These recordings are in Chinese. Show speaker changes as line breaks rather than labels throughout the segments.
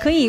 可以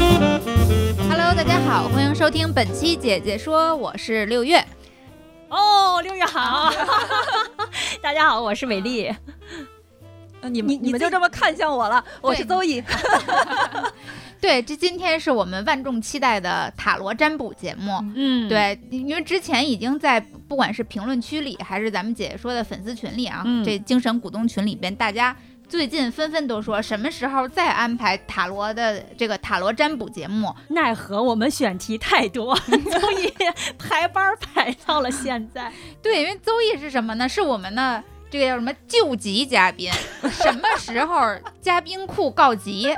Hello，大家好，欢迎收听本期姐姐说，我是六月。
哦，六月好，大家好，我是美丽。
呃
你
你们
你
们
自
就
己
这么看向我了，我是
对
邹毅。
对，这今天是我们万众期待的塔罗占卜节目。
嗯，
对，因为之前已经在不管是评论区里，还是咱们姐姐说的粉丝群里啊，
嗯
这精神股东群里边，大家最近纷纷都说什么时候再安排塔罗的这个塔罗占卜节目。
奈何我们选题太多， 所以排班儿排到了现在。
对，因为邹毅是什么呢？是我们的这个叫什么救急嘉宾，什么时候嘉宾库告急，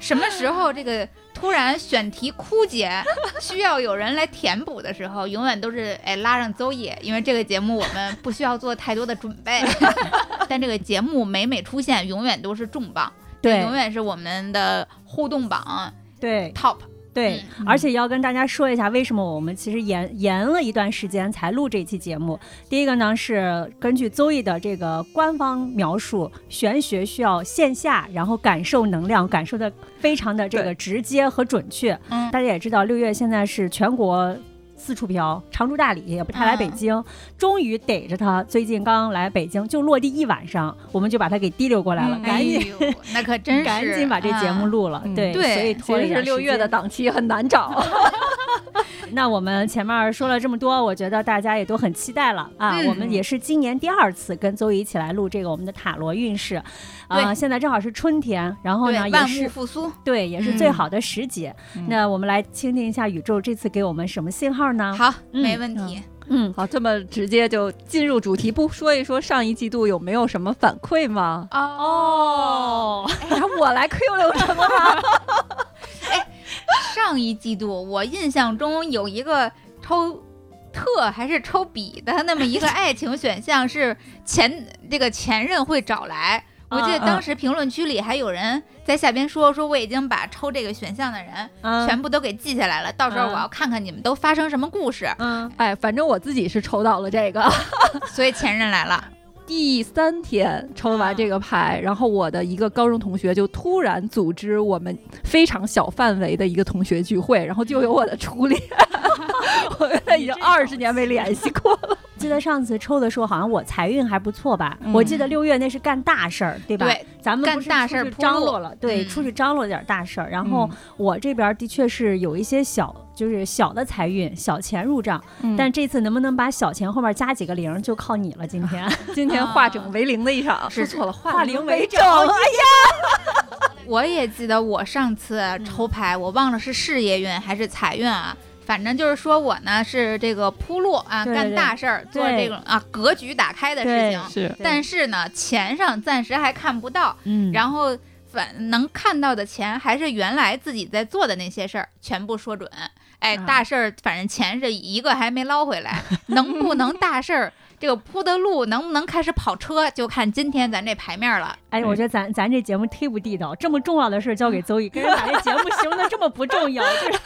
什么时候这个突然选题枯竭，需要有人来填补的时候，永远都是哎拉上邹毅，因为这个节目我们不需要做太多的准备， 但这个节目每每出现，永远都是重磅，永远是我们的互动榜
对
top。
嗯
对，而且要跟大家说一下，为什么我们其实延延了一段时间才录这期节目。第一个呢是根据邹毅的这个官方描述，玄学需要线下，然后感受能量，感受的非常的这个
对
直接和准确。
嗯
大家也知道，六月现在是全国。四处飘，常驻大理，也不太来北京。
嗯
终于逮着他，最近刚来北京，就落地一晚上，我们就把他给提溜过来了，
嗯
赶紧、
哎呦，那可真 是
赶紧把这节目
啊
录了。
嗯
对，
对
所以
其
拖了
实
一
是
点
六
时
月
间
的档期很难找，
那我们前面说了这么多，我觉得大家也都很期待了啊！
嗯
我们也是今年第二次跟邹姨一起来录这个我们的塔罗运势，啊、
对
现在正好是春天，然后呢
对
也
万物嗯
是
复苏。
对也是最好的时节。
嗯
那我们来倾听一下宇宙这次给我们什么信号呢？
好，
嗯
没问题。
嗯，
好，这么直接就进入主题，不说一说上一季度有没有什么反馈吗？
嗯
哦，
哎呀，我来 Q 流程啊了，
上一季度我印象中有一个抽特还是抽笔的那么一个爱情选项是前这个前任会找来。我记得
啊
当时评论区里还有人在下边说说我已经把抽这个选项的人
嗯
全部都给记下来了，到时候我要看看你们都发生什么故事。
嗯
哎，反正我自己是抽到了这个，
所以前任来了，
第三天抽完这个牌，然后我的一个高中同学就突然组织我们非常小范围的一个同学聚会，然后就有我的初恋， 我跟他已经二十年没联系过了。
记得上次抽的时候，好像我财运还不错吧？
嗯
我记得六月那是干大事儿， 对吧？
对，
咱们
干
不是
大
出
事儿
去
铺
张
路
罗了，对，
嗯
出去张罗点儿大事儿。然后
嗯
我这边儿的确是有一些小，就是小的财运，小钱入账。
嗯
嗯
但这次能不能把小钱后面加几个零儿，就靠你了。今 天
今天化整为零的一场，
是
说错了，
化
啊化
零
零
为
为
整
整。
我也记得我上次
嗯
抽牌，我忘了是事业运还是财运啊，反正就是说我呢是这个铺路啊，
对
干
对
大事儿，做
对
这种啊格局打开的事情。
是
但是呢，钱上暂时还看不到，
嗯，
然后反能看到的钱还是原来自己在做的那些事儿，全部说准。哎，
啊
大事儿反正钱是一个还没捞回 来，能不能大事儿？这个铺的路能不能开始跑车，就看今天咱这牌面了。
哎，我觉得咱咱这节目忒不地道，这么重要的事儿交给邹宇，跟人把这节目形容的这么不重 要，就是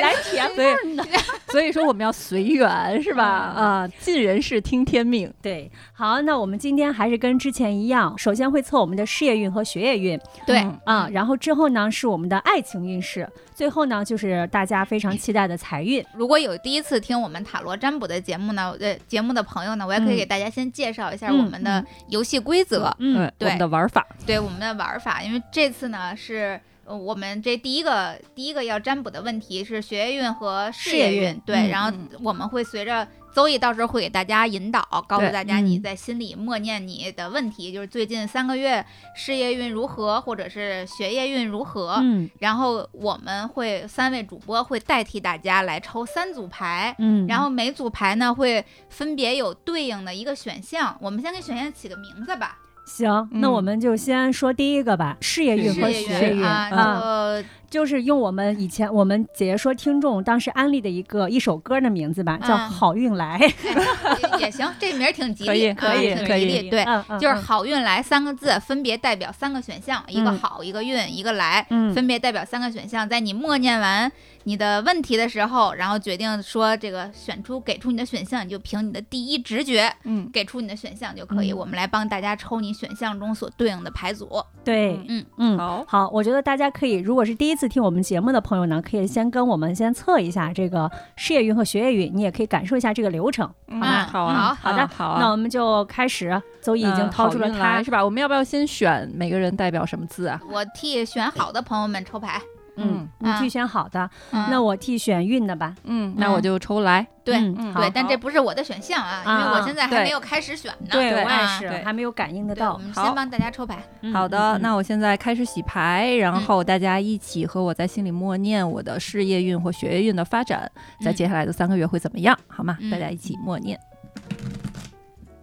来填
所以， 所以说我们要随缘，是吧？啊，尽人事，听天命。
对。好，那我们今天还是跟之前一样，首先会测我们的事业运和学业运。
对，
嗯
啊，然后之后呢是我们的爱情运势，最后呢就是大家非常期待的财运。
如果有第一次听我们塔罗占卜的节目呢，呃，节目的朋友呢，我也可以
嗯
给大家先介绍一下
嗯
我们的游戏规则，
嗯，
我们的玩法，
对我们的玩法。因为这次呢是。呃我们这第一个第一个要占卜的问题是学业运和事业
事业运
对，
嗯
然后
嗯
我们会随着邹毅到时候会给大家引导，告诉
对
大家你
嗯
在心里默念你的问题，就是最近三个月事业运如何，或者是学业运如何，
嗯
然后我们会三位主播会代替大家来抽三组牌，
嗯，
然后每组牌呢会分别有对应的一个选项，我们先给选项起个名字吧。
行，那
嗯
我们就先说第一个吧，事业运
事
和
业
学
园
运嗯
啊，然
嗯
后
就是用我们以前我们姐姐说听众当时安利的一个一首歌的名字吧，叫《
嗯
好运来》，
也也行，这名儿挺吉
可
利，
以
啊
可 以
挺
可
吉
以
利，对。
嗯，嗯
就是“好运来”三个字，分别代表三个选项，一个
嗯
好，一个运，一个来，
嗯
分别代表三个选项。在你默念完你的问题的时候，然后决定说这个选出给出你的选项，你就凭你的第一直觉
嗯，
给出你的选项就可以。
嗯
我们来帮大家抽你选项中所对应的牌组。
对，
嗯
嗯。
好，
好，我觉得大家可以，如果是第一次听我们节目的朋友呢，可以先跟我们先测一下这个事业运和学业运，你也可以感受一下这个流程。
嗯
吧
好啊，
好
啊
的
好
那
啊。
我们就开始，邹毅已经
嗯
掏出了
好运
他
来，是吧？我们要不要先选每个人代表什么字啊？
我替选好的朋友们抽牌。
嗯，你
啊
替选好的，
嗯、
那我替选运的吧。
嗯，那我就抽来。
对
嗯
嗯
好
对，但这不是我的选项啊，因为
啊
我现在还
对
没有开始选呢。
对我也
啊
是
对，
还没有感应得
对，我
到。
们
好
先帮大家抽牌。
嗯
好的，
嗯
那我现在开始洗牌，然
嗯
后大家一起和我在心里默念我的事业运或学业运的发展，在
嗯
接下来的三个月会怎么样，好吗？
嗯
大家一起默念。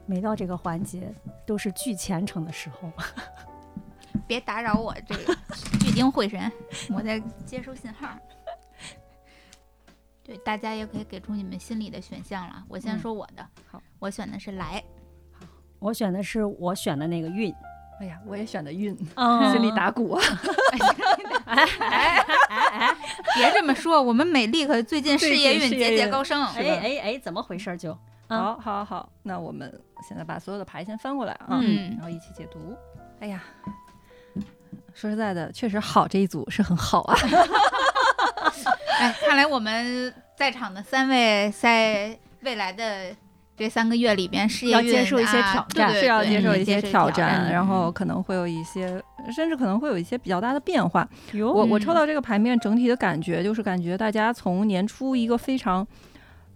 每到这个环节都是巨虔诚的时候。
别打扰我这个聚精会神，我在接收信号。对，大家也可以给出你们心里的选项了。我先
嗯
说我的，
好
我选的是来，
我选的是我选的那个运，
哎呀，我也选的运，
嗯
心里打鼓啊。
别这么说，我们美丽可最近事业运
最近事业
节
运
节高升。
哎哎哎，怎么回事儿就？嗯
好，好，好，那我们现在把所有的牌先翻过来啊，
嗯
然后一起解读。哎呀，说实在的，确实好这一组是很好啊。
哎，看来我们在场的三位在未来的这三个月里边，事业
要
运
接受一些
啊
挑
对
战
对
是要
对
接受
嗯
一些挑
挑
战，
嗯
然后可能会有一些，甚至可能会有一些比较大的变化。
哟
我我
嗯
抽到这个牌面，整体的感觉就是感觉大家从年初一个非常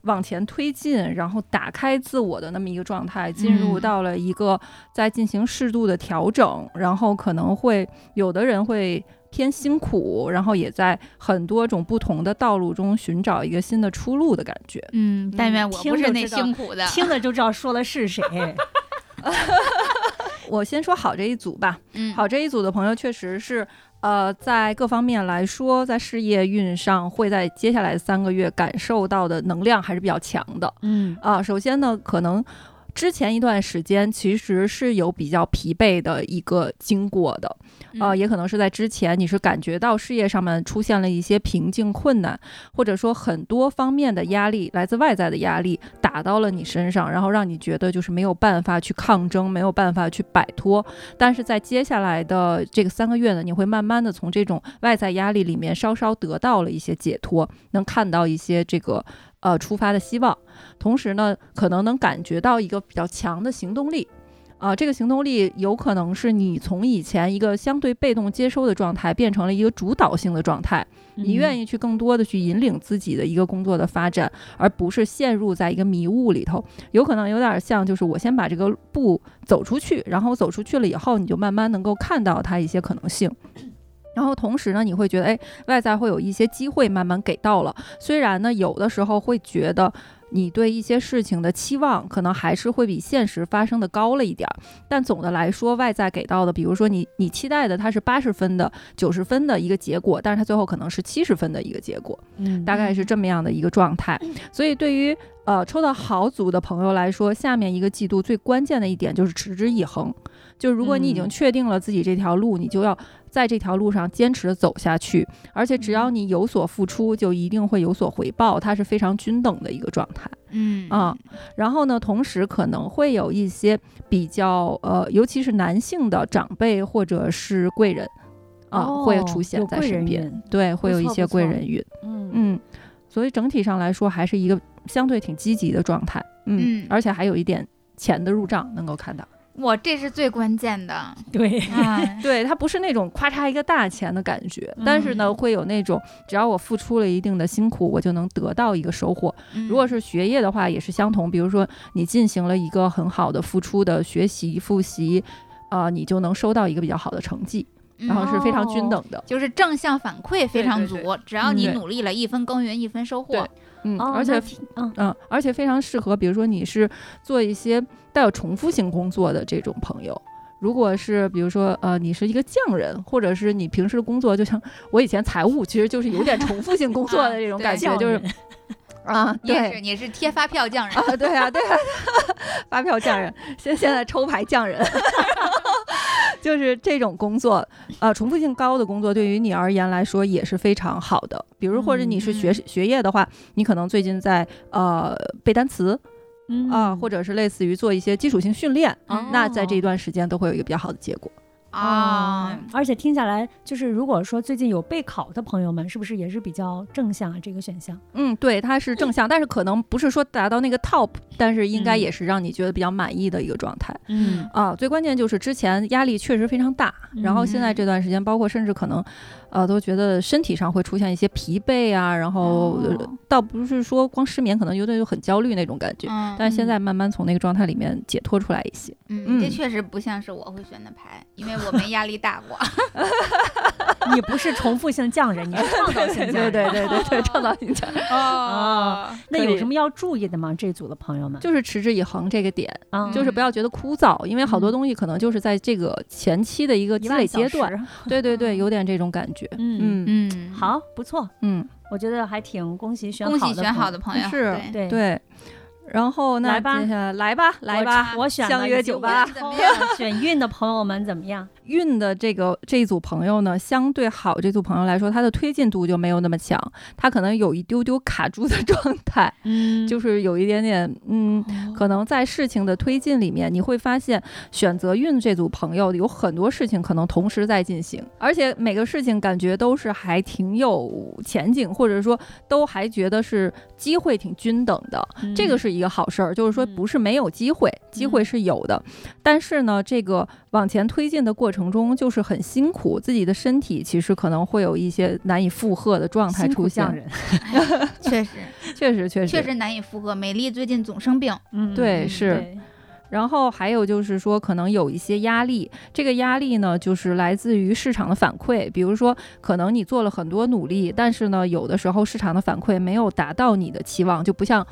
往前推进，然后打开自我的那么一个状态，进入
嗯
到了一个在进行适度的调整，然后可能会有的人会。偏辛苦，然后也在很多种不同的道路中寻找一个新的出路的感觉。
嗯，但愿我
听
不是
就
那
知道
辛苦的。
听了就知道说的是 谁。
嗯我先说好这一组吧，
嗯，
好，这一组的朋友确实是，呃，在各方面来说，在事业运上会在接下来三个月感受到的能量还是比较强的
嗯
啊、首先呢，可能之前一段时间其实是有比较疲惫的一个经过的，呃，
嗯
也可能是在之前你是感觉到事业上面出现了一些瓶颈、困难，或者说很多方面的压力，来自外在的压力打到了你身上，然后让你觉得就是没有办法去抗争，没有办法去摆脱。但是在接下来的这个三个月呢，你会慢慢的从这种外在压力里面稍稍得到了一些解脱，能看到一些这个呃出发的希望，同时呢，可能能感觉到一个比较强的行动力。啊，这个行动力有可能是你从以前一个相对被动接收的状态，变成了一个主导性的状态。你愿
意
意去更多的去引领自己的一个工作的发展，而不是陷入在一个迷雾里头。有可能有点像，就是我先把这个步走出去，然后走出去了以后，你就慢慢能够看到它一些可能性。然后同时呢，你会觉得，哎，外在会有一些机会慢慢给到了。虽然呢，有的时候会觉得你对一些事情的期望可能还是会比现实发生的高了一点儿，但总的来说，外在给到的，比如说你你期待的它是八十分的、九十分的一个结果，但是它最后可能是七十分的一个结果，
嗯
大概是这么样的一个状态。所以对于呃抽到好组的朋友来说，下面一个季度最关键的一点就是持之以恒。就如果你已经
嗯
确定了自己这条路，你就要在这条路上坚持的走下去，而且只要你有所付出，就一定会有所回报，它是非常均等的一个状态。
嗯
啊然后呢，同时可能会有一些比较呃，尤其是男性的长辈或者是贵人
哦
啊、会出现在身边，。对，会有一
错
些
不
贵
错
人运，
嗯，
嗯，所以整体上来说还是一个相对挺积极的状态，嗯，
嗯
而且还有一点钱的入账能够看到，
我这是最关键 的。啊
对，
嗯对，它不是那种咔嚓一个大钱的感觉，但是呢，
嗯
会有那种只要我付出了一定的辛苦，我就能得到一个收获，
嗯
如果是学业的话，也是相同。比如说，你进行了一个很好的付出的学习、复习，啊、你就能收到一个比较好的成绩，
嗯
然后是非常
哦
均等的。
就是正向反馈非常足，
对
只要你
嗯
努力了，一分耕耘一分收获
对。嗯，
哦
而且
那，挺嗯
嗯，而且非常适合，比如说你是做一些带有重复性工作的这种朋友。如果是比如说呃，你是一个匠人，或者是你平时工作，就像我以前财务其实就是有点重复性工作的这种感觉，
啊匠
就是
人
啊，
你也
对
是，你也是贴发票匠人，
啊， 对啊，对啊，发票匠人，现现在抽牌匠人， 就是这种工作，呃，重复性高的工作，对于你而言来说也是非常好的。比如，或者你是
嗯
学、学业的话，你可能最近在呃背单词
嗯哦
啊、或者是类似于做一些基础性训练，
嗯
那在这一段时间都会有一个比较好的结果。
啊
嗯，而且听下来，就是如果说最近有备考的朋友们，是不是也是比较正向啊？这个选项？
嗯，对，它是正向，但是可能不是说达到那个 top，但是应该
嗯
也是让你觉得比较满意的一个状态。
嗯
啊，最关键就是之前压力确实非常大，然后
嗯
现在这段时间，包括甚至可能，呃，都觉得身体上会出现一些疲惫啊，然后、呃
哦
倒不是说光失眠，可能有点就很焦虑那种感觉。
嗯
但是现在慢慢从那个状态里面解脱出来一些，
嗯，这
嗯
确实不像是我会选的牌，因为我没压力大 过。
你不是重复性匠人，你是创造 性匠人。
对对对 对对，创造性强，
哦，那
可
有
以
什么要注意的吗？这组的朋友们，
就是持之以恒这个点，
啊
就是不要觉得枯燥，因为好
嗯
多东西可能就是在这个前期的一个积累阶
一万
段，，
小时
对对对，有点这种感觉，
嗯
嗯
嗯，，
好，不错，
嗯，
我觉得还挺恭喜选
恭
好
喜
的，
选好的，朋友，
是
对，
对
对。然后那
来吧
接下来来吧，来吧，
我选
相
了
约
已经
酒吧
问怎么样选运的朋友们怎么 样？
运的这个这一组朋友呢，相对好这组朋友来说，他的推进度就没有那么强，他可能有一丢丢卡住的状态，
嗯
就是有一点点，嗯，
哦
可能在事情的推进里面，你会发现嗯选择运这组朋友有很多事情可能同时在进行，而且每个事情感觉都是还挺有前景，或者说都还觉得是机会挺均等的，这个是一个好事儿，就是说
嗯
不是没有机会，机会是有的，但是呢，这个往前推进的过程中就是很辛苦，自己的身体其实可能会有一些难以负荷的状态
辛
出
苦匠
现。
人，
确实
确实，确实，
确实难以负荷。美丽最近总生病，
嗯，
对
嗯
是。然后还有就是说，可能有一些压力，这个压力呢，就是来自于市场的反馈，比如说，可能你做了很多努力，但是呢，有的时候市场的反馈没有达到你的期望，就不像。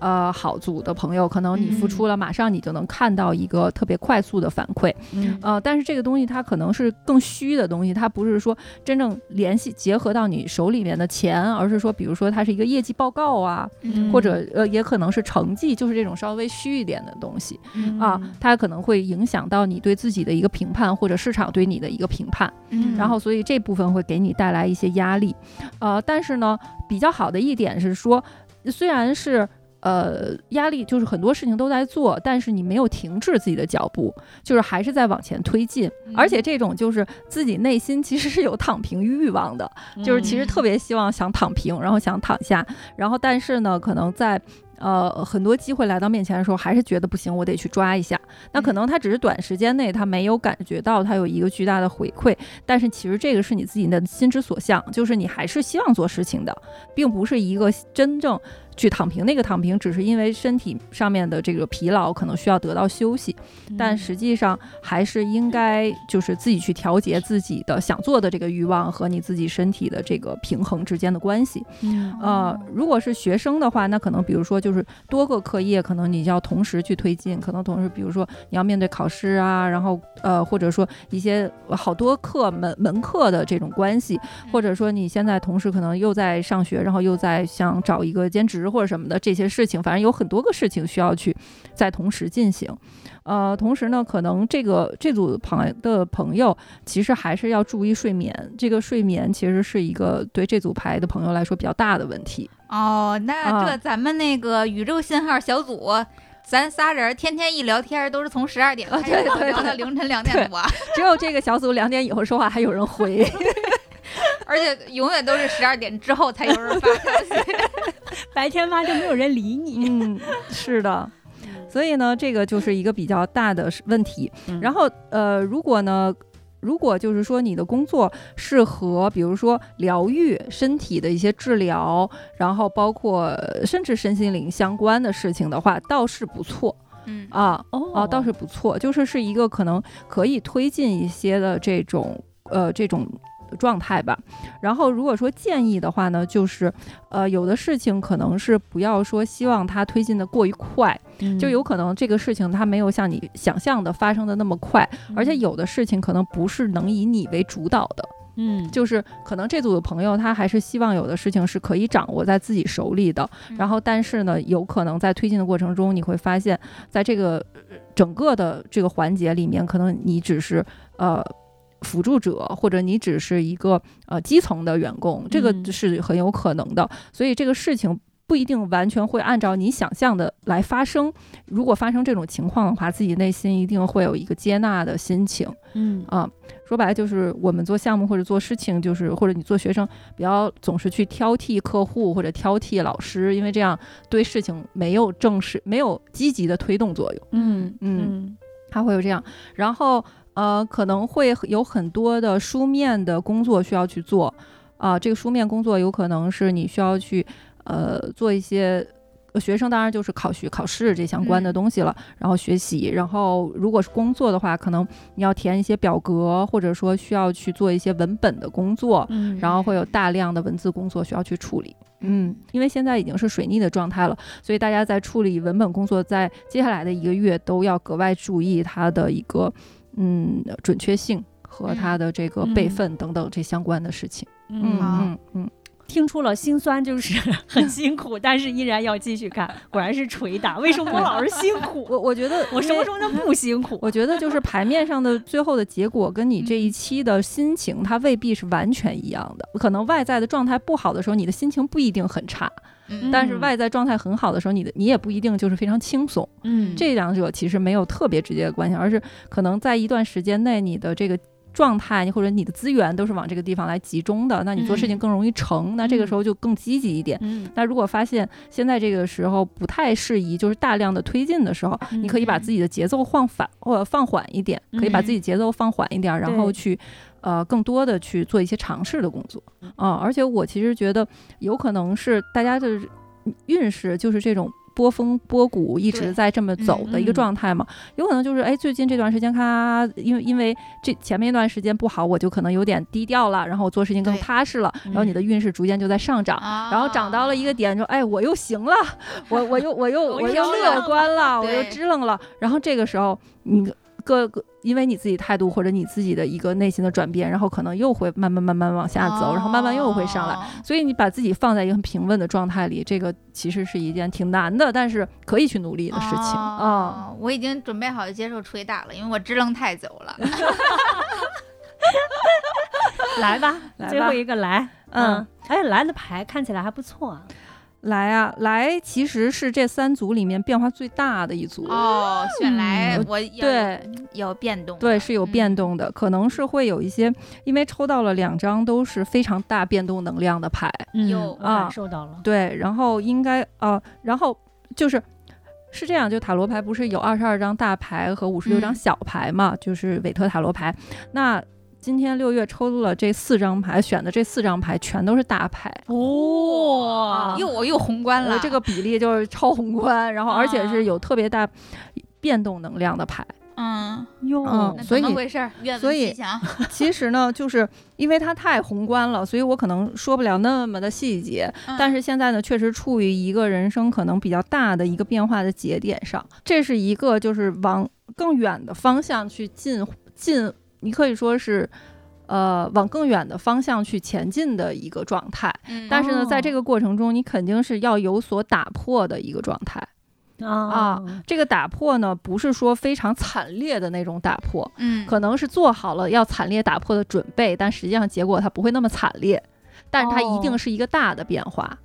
呃，好组的朋友，可能你付出了，马上你就能看到一个特别快速的反馈。
嗯
呃，但是这个东西它可能是更虚的东西，它不是说真正联系结合到你手里面的钱，而是说，比如说它是一个业绩报告啊，
嗯
或者呃，也可能是成绩，就是这种稍微虚一点的东西啊
嗯，
它可能会影响到你对自己的一个评判，或者市场对你的一个评判。
嗯
然后所以这部分会给你带来一些压力，呃，但是呢，比较好的一点是说，虽然是。呃，压力就是很多事情都在做，但是你没有停滞自己的脚步，就是还是在往前推进。
嗯
而
嗯
且这种就是自己内心其实是有躺平欲望的，
嗯
就是其实特别希望想躺平，然后想躺下，然后但是呢，可能在。呃，很多机会来到面前的时候，还是觉得不行，我得去抓一下。那可能他只是短时间内他没有感觉到他有一个巨大的回馈，但是其实这个是你自己的心之所向，就是你还是希望做事情的，并不是一个真正去躺平。那个躺平只是因为身体上面的这个疲劳，可能需要得到休息。
嗯
但实际上还是应该就是自己去调节自己的想做的这个欲望和你自己身体的这个平衡之间的关系。
嗯
呃，如果是学生的话，那可能比如说就是多个课业，可能你要同时去推进，可能同时比如说你要面对考试啊，然后呃或者说一些好多课门门课的这种关系，或者说你现在同时可能又在上学，然后又在想找一个兼职或者什么的这些事情，反正有很多个事情需要去在同时进行。呃，同时呢，可能这个这组朋的朋友其实还是要注意睡眠，这个睡眠其实是一个对这组牌的朋友来说比较大的问题。
哦，那
啊
这咱们那个宇宙信号小组。咱仨人天天一聊天，都是从十二点开始
啊对对
聊
对
到凌晨两点多，
只有这个小组两点以后说话还有人回，
而且永远都是十二点之后才有人发消息。
白天发就没有人理你。
嗯，是的。所以呢，这个就是一个比较大的是问题。然
后
后呃，如果呢，如果就是说你的工作是和比如说疗愈身体的一些治疗，然后包括呃甚至身心灵相关的事情的话，倒是不错
嗯，
啊
哦
啊，倒是不错，就是是一个可能可以推进一些的这种呃这种。的状态吧。然后如果说建议的话呢，就是呃，有的事情可能是不要说希望它推进的过于快，
嗯
就有可能这个事情它没有像你想象的发生的那么快，
嗯
而且有的事情可能不是能以你为主导的。
嗯，
就是可能这组的朋友，他还是希望有的事情是可以掌握在自己手里的。
嗯
然后，但是呢，有可能在推进的过程中，你会发现，在这个呃整个的这个环节里面，可能你只是呃辅助者，或者你只是一个呃基层的员工，这个
嗯
是很有可能的。所以，这个事情。不一定完全会按照你想象的来发生。如果发生这种情况的话，自己内心一定会有一个接纳的心情。
嗯
啊，说白了就是我们做项目或者做事情，就是或者你做学生，不要总是去挑剔客户或者挑剔老师，因为这样对事情没有正式、没有积极的推动作用。
嗯
嗯，
嗯
它会有这样，然后呃，可能会有很多的书面的工作需要去做啊、这个书面工作有可能是你需要去呃做一些。呃学生当然就是考学、考试这相关
嗯
的东西了，然后学习，然后如果是工作的话，可能你要填一些表格，或者说需要去做一些文本的工作，
嗯
然后会有大量的文字工作需要去处理。嗯，因为现在已经是水逆的状态了，所以大家在处理文本工作，在接下来的一个月都要格外注意它的一个嗯准确性和它的这个备份等等这相关的事情。嗯
嗯，
嗯嗯，
听出了心酸，就是 很辛苦，但是依然要继续 干，果然是捶打。为什么我老是辛苦？
我我觉得
我什
因
么
为
时候能不辛苦？
我觉得就是牌面上的最后的结果跟你这一期的心情，它未必是完全一样的。可能外在的状态不好的时候，你的心情不一定很差，
嗯
但是
嗯
外在状态很好的时候，你的你也不一定就是非常轻松。
嗯
这两者其实没有特别直接的关系，而是可能在一段时间内，你的这个状态或者你的资源都是往这个地方来集中的，那你做事情更容易成，那这个时候就更积极一点。
嗯，
那如果发现现在这个时候不太适宜，就是大量的推进的时候，你可以把自己的节奏放反或者放缓一点，可以把
嗯
自己节奏放缓一点，然后
对
去呃更多的去做一些尝试的工作啊、而且我其实觉得有可能是大家的运势就是这种。波峰波谷一直
对
在这么走的一个
嗯
状态嘛，有可能就是哎，最近这段时间咔，因为因为这前面一段时间不好，我就可能有点低调了，然后我做事情更
对
踏实了，然后你的运势逐渐就在上涨，
啊
然后涨到了一个点，说哎，我又 行了，我我又我又
我
我
又
又
支
乐
棱
观了，我又
对
支棱了。然后这个时候，你各个因为你自己态度或者你自己的一个内心的转变，然后可能又会慢慢慢慢往下走，然后慢慢又会上来。
来。
所以你把自己放在一个很平稳的状态里，这个其实是一件挺难的，但是可以去努力的事情啊。
哦，我已经准备好接受捶打了，因为我支棱太久了。
嗯
来吧，
来
最
吧
后一个来，
嗯，，
哎，来的牌看起来还不错啊，
来啊，来，其实是这三组里面变化最大的一组。
哦，选来我有
嗯对，
有变动的，
对，是有
嗯
变动的，可能是会有一些，因为抽到了两张都是非常大变动能量的牌，
嗯
有
我感
啊
受到了，
对，然后应该呃，然后就是是这样，就塔罗牌不是有二十二张大牌和五十六张
嗯
小牌嘛，就是韦特塔罗牌，那。今天六月抽了这四张牌，选的这四张牌全都是大牌，
哦
哇
又我又宏观
呃
了，
这个比例就是超宏观，
啊
然后而且是有特别大变动能量的牌。
嗯，
哟
嗯
那，
所以
怎么回事儿？愿
所
闻
以
其详。
其实呢，就是因为它太宏观了，所以我可能说不了那么的细节。
嗯
但
是
是现在呢，确实处于一个人生可能比较大的一个变化的节点上，这是一个就是往更远的方向去进进，你可以说是。呃，往更远的方向去前进的一个状态，
嗯
嗯
但是呢，
哦
在这个过程中，你肯定是要有所打破的一个状态。
啊，
这个打破呢，不是说非常惨烈的那种打破，
嗯，
可能是做好了要惨烈打破的准备，但实际上结果它不会那么惨烈，但是它一定
哦
是一个大的变化。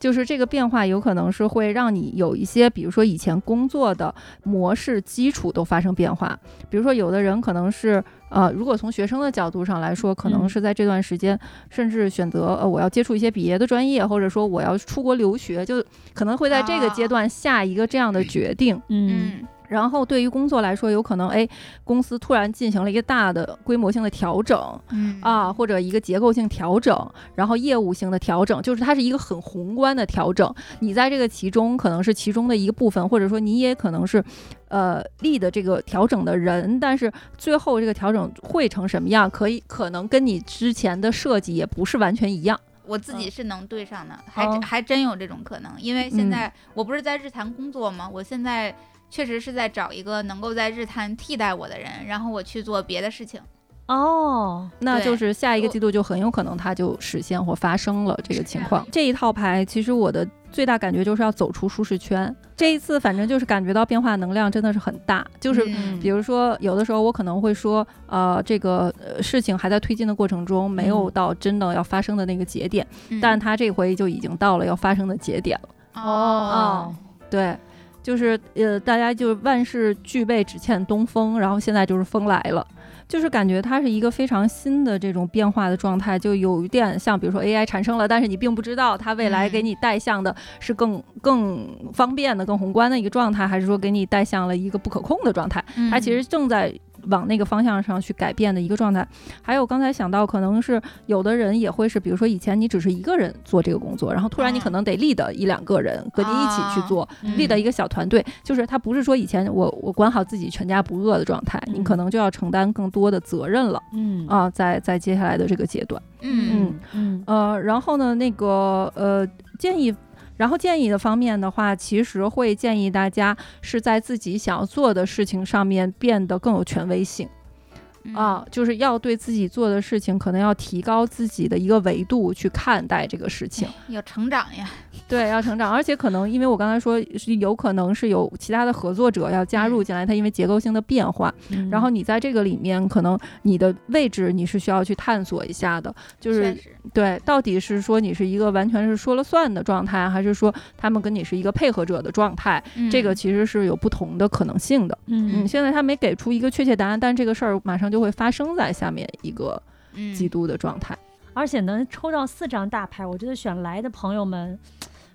就是这个变化有可能是会让你有一些，比如说以前工作的模式基础都发生变化。比如说，有的人可能是呃，如果从学生的角度上来说，可能
嗯
是在这段时间，甚至选择呃，我要接触一些别的专业，或者说我要出国留学，就可能会在这个阶
啊
段下一个这样的决定。
嗯
嗯
然后对于工作来说，有可能哎，公司突然进行了一个大的规模性的调整
嗯
啊，或者一个结构性调整，然后业务性的调整，就是它是一个很宏观的调整。你在这个其中可能是其中的一个部分，或者说你也可能是，呃力的这个调整的人，但是最后这个调整会成什么样，可以可能跟你之前的设计也不是完全一样。
我自己是能对上的，
哦
还还真有这种可能。因为现在我不是在日坛工作吗？我现在确实是在找一个能够在日坛替代我的人，然后我去做别的事情。
哦，
那
对
就是下一个
我
季度就很有可能它就实现或发生了这个情况
是。
这一套牌其实我的最大感觉就是要走出舒适圈。这一次反正就是感觉到变化能量真的是很大，就是
嗯
比如说有的时候我可能会说，呃，这个呃事情还在推进的过程中，没有到真的要发生的那个节点，
嗯
但它这回就已经到了要发生的节点了。
哦，
嗯对。就是呃，大家就是万事俱备，只欠东风。然后现在就是风来了，就是感觉它是一个非常新的这种变化的状态，就有一点像，比如说 AI 产生了，但是你并不知道它未来
嗯
给你带向的是更、更方便的、更宏观的一个状态，还是说给你带向了一个不可控的状态？
嗯
它其实正在往那个方向上去改变的一个状态。还有刚才想到，可能是有的人也会是，比如说以前你只是一个人做这个工作，然后突然你
嗯
可能得 lead 一两个人和你一起去做
嗯
lead 一个小团队，就是他不是说以前我我管好自己全家不饿的状态，你
嗯
可能就要承担更多的责任了
嗯
啊，在在接下来的这个阶段。
嗯
嗯
呃，然后呢，那个呃，建议，然后建议的方面的话，其实会建议大家是在自己想要做的事情上面变得更有权威性
嗯
啊，就是要对自己做的事情，可能要提高自己的一个维度去看待这个 事情，
有成长呀，
对，要成长，而且可能因为我刚才说，是有可能是有其他的合作者要加入进来，它因为结构性的变化，
嗯
然后你在这个里面，可能你的位置你是需要去探索一下的，就是
确实
对，到底是说你是一个完全是说了算的状态，还是说他们跟你是一个配合者的状态？
嗯
嗯
这个其实是有不同的可能性的。
嗯
嗯，现在他没给出一个确切答案，但这个事儿马上就会发生在下面一个
嗯
季度的状态。
而且能抽到四张大牌，我觉得选来的朋友们，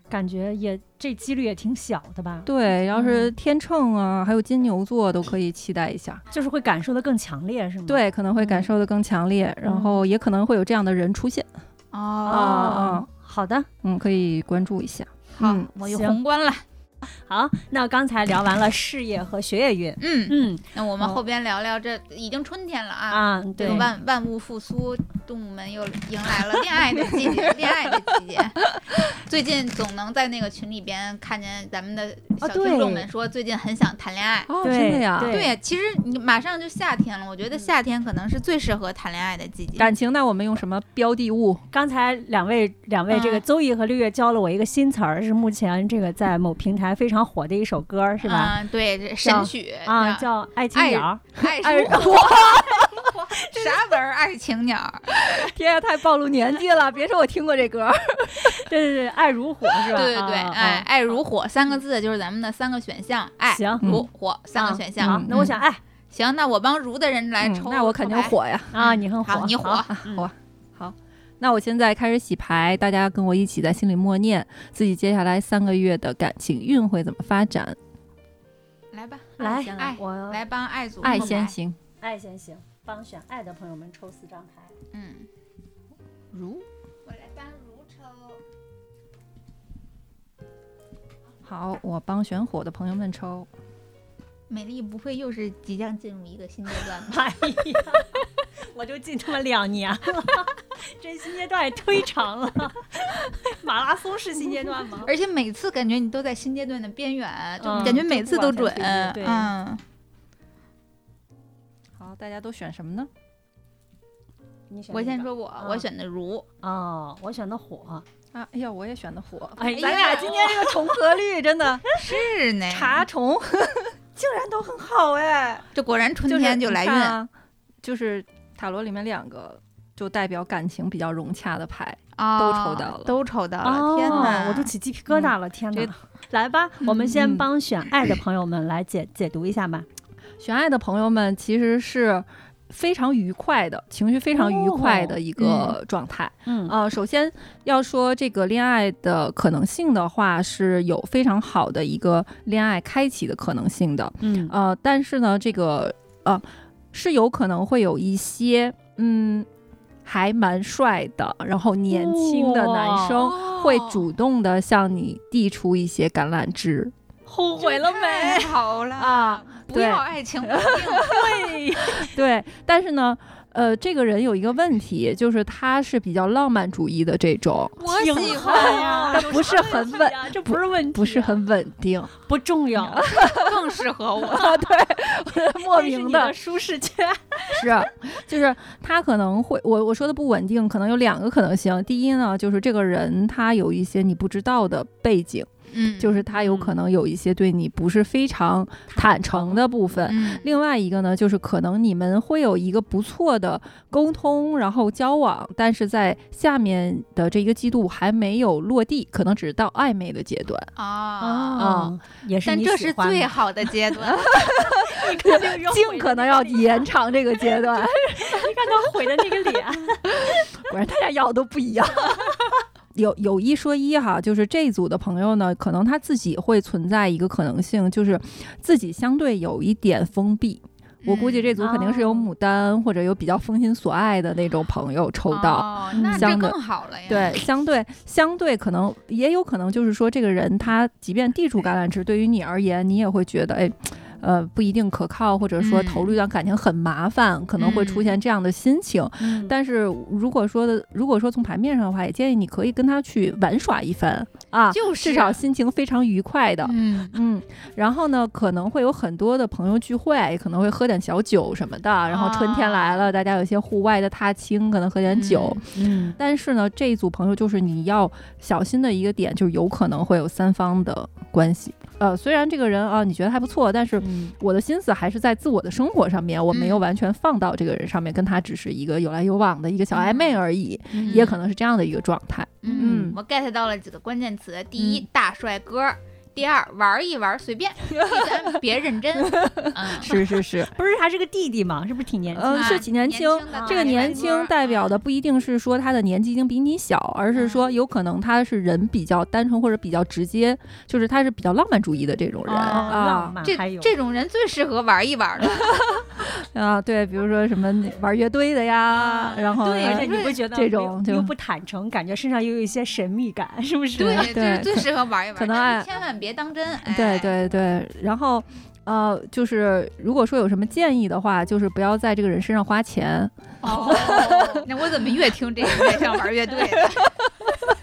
感觉也这几率也挺小的吧，
对，要是
嗯
天秤啊，还有金牛座都可以期待一下。
就是会感受的更强烈，是吗？，
对，可能会感受的更强烈，然后也可能会有这样的人出现。
哦，
哦
啊，
好的，
嗯，可以关注一下。
好
嗯，
我又
行
宏观了。
好，那刚才聊完了事业和学业运，
嗯，
嗯
那我们
好
后边聊聊这已经春天了
嗯
啊，
啊，
这
对
个，万万物复苏，动物们又迎来了恋爱的季节，恋爱的季节。 最近总能在那个群里边看见咱们的小
哦对
听众们说，最近很想谈恋爱。
哦
对
真的呀？
对嗯
对呀，其实你马上就夏天了，我觉得夏天可能是最适合谈恋爱的季节。
感情，那我们用什么标的物？
刚才两位两位这个
嗯
邹毅和绿月教了我一个新词儿，是目前这个在某平台非常火的一首歌，是吧？
啊，对，这神曲
啊，叫《爱情
爱
鸟儿》。
爱
哎
是火， 啥玩意儿？爱情鸟儿？
天呀，太暴露年纪了！别说我听过这歌，
对对对，爱如火 是吧？
对对对，
啊
哎，，爱如火三个字就是咱们的三个选项，爱
嗯
行
如火三
啊
个选
啊
项
好。那我想爱
行，那我帮如的人来
嗯
抽，
那我肯定
抽牌。
火呀！
啊，你很火，
好，你火
好，，
那我现在开始洗牌，大家跟我一起在心里默念自己接下来三个月的感情运会怎么发展。
来吧，
来
先来，
我
来帮爱组
爱
后
先
排，
行，
爱先行，帮选爱的朋友们抽四张牌。
嗯，
如
我来帮如抽，
好，我帮选火的朋友们抽。
美丽不会又是即将进入一个新阶段吧？
哎呀， 我就进他妈两年了， 这新阶段也忒长了。 马拉松是新阶段 吗？
而且每次感觉你都在新阶段的边缘，就
嗯
感觉每次都准
就不往前推进对，
嗯，
好，大家都选什么呢？
你选
我
哪
先
个
说我，我选的如，
哦，我选的火。
啊，哎呀，我也选的火。
哎，
咱俩今天
这个重合率真 的
是呢，
查重， 竟然都很好哎！
这果然春
是
天就
你
来
看
运
啊，就是塔罗里面两个就代表感情比较融洽的牌，
啊，
都抽到了
都抽到
哦
了，天哪，
我都起鸡皮疙瘩了，天
这
哪！来吧，我们先
嗯
帮选爱的朋友们来解解读一下吧。
选爱的朋友们其实是非常愉快的，情绪非常愉快的一个状态。
哦嗯
呃，首先要说这个恋爱的可能性的话，是有非常好的一个恋爱开启的可能性的。
嗯
呃，但是呢，这个呃是有可能会有一些嗯还蛮帅的，然后年轻的男生
哦
会主动的向你递出一些橄榄枝。
后悔了没？
哦太好了
啊！
不
对
要爱情不定，
对，
对，但是呢，呃，这个人有一个问题，就是他是比较浪漫主义的这种，
我
挺
喜
好啊
欢
呀
但不是很稳，
呀，这不是问题，
不是很稳定，
不重要，
更适合我。
这
莫
是
名
你
的
的舒适圈。
是，就是他可能会，我我说的不稳定，可能有两个可能性。第一呢，就是这个人他有一些你不知道的背景，
嗯，
就是他有可
嗯
能有一些对你不是非常坦诚的部分。
嗯，
另外一个呢，就是可能你们会有一个不错的沟通，然后交往，但是在下面的这一个季度还没有落地，可能只是到暧昧的阶段。
啊，
嗯，
也哦是
但
你
这
喜
是
欢的，
最好的阶段。
你看这个人毁
尽
的
可
那
能要
个脸
延长这个阶 段，
你看他毁的那个脸，
果然大家要的都不一样。 有有一说一哈，就是这一组的朋友呢，可能他自己会存在一个可能性，就是自己相对有一点封闭。我估计这组肯定是有
哦
牡丹或者有比较封心所爱的那种朋友抽到，
哦那这
相对
更好了呀。
嗯对，相对相对可能也有可能就是说，这个人他即便地处橄榄枝，对于你而言，你也会觉得哎。呃，不一定可靠，或者说
嗯
投入一段感情很麻烦，可能会出现这样的心情。 但是如果说的，如果说从牌面上的话，也建议你可以跟他去玩耍一番啊，
就是
至少心情非常愉快的。
嗯，
嗯，然后呢，可能会有很多的朋友聚会，可能会喝点小酒什么的。然后春天来了，大家有一些户外的踏青，可能喝点酒。
啊嗯
嗯，
但是呢，这一组朋友就是你要小心的一个点，就是有可能会有三方的关系。呃，虽然这个人啊，你觉得还不错，但是我的心思还是在自我的生活上面，我没有
嗯
完全放到这个人上面，跟他只是一个有来有往的一个小暧昧而已，
嗯
也可能是这样的一个状态。
嗯，我 get 到了几个关键词：第
嗯
一，大帅哥；第二，玩一玩随便； 第三，别认真。嗯，
是是是，
不是还是个弟弟嘛，是不是挺年轻？
嗯，
啊
是几年轻。
的
这个
大帅
年
哥嗯
轻代表的不一定是说他的年纪已经比你小，而是说有可能他是人比较单纯或者比较直接，就是他是比较浪漫主义的这种人
哦
啊
浪。漫还
这
有
这种人最适合玩一 玩了。
啊，对，比如说什么那玩乐队的呀
啊，
然后哎
对，而且
呢
你不觉得
这种
又
就
又不坦诚，感觉身上又有一些神秘感，是不是？
对，
对
就是最适合玩一玩，
可能
但是
爱
千万别当真。哎、
对， 对对，然后呃，就是如果说有什么建议的话，就是不要在这个人身上花钱。
哦，那我怎么越听这个越像玩乐队呢？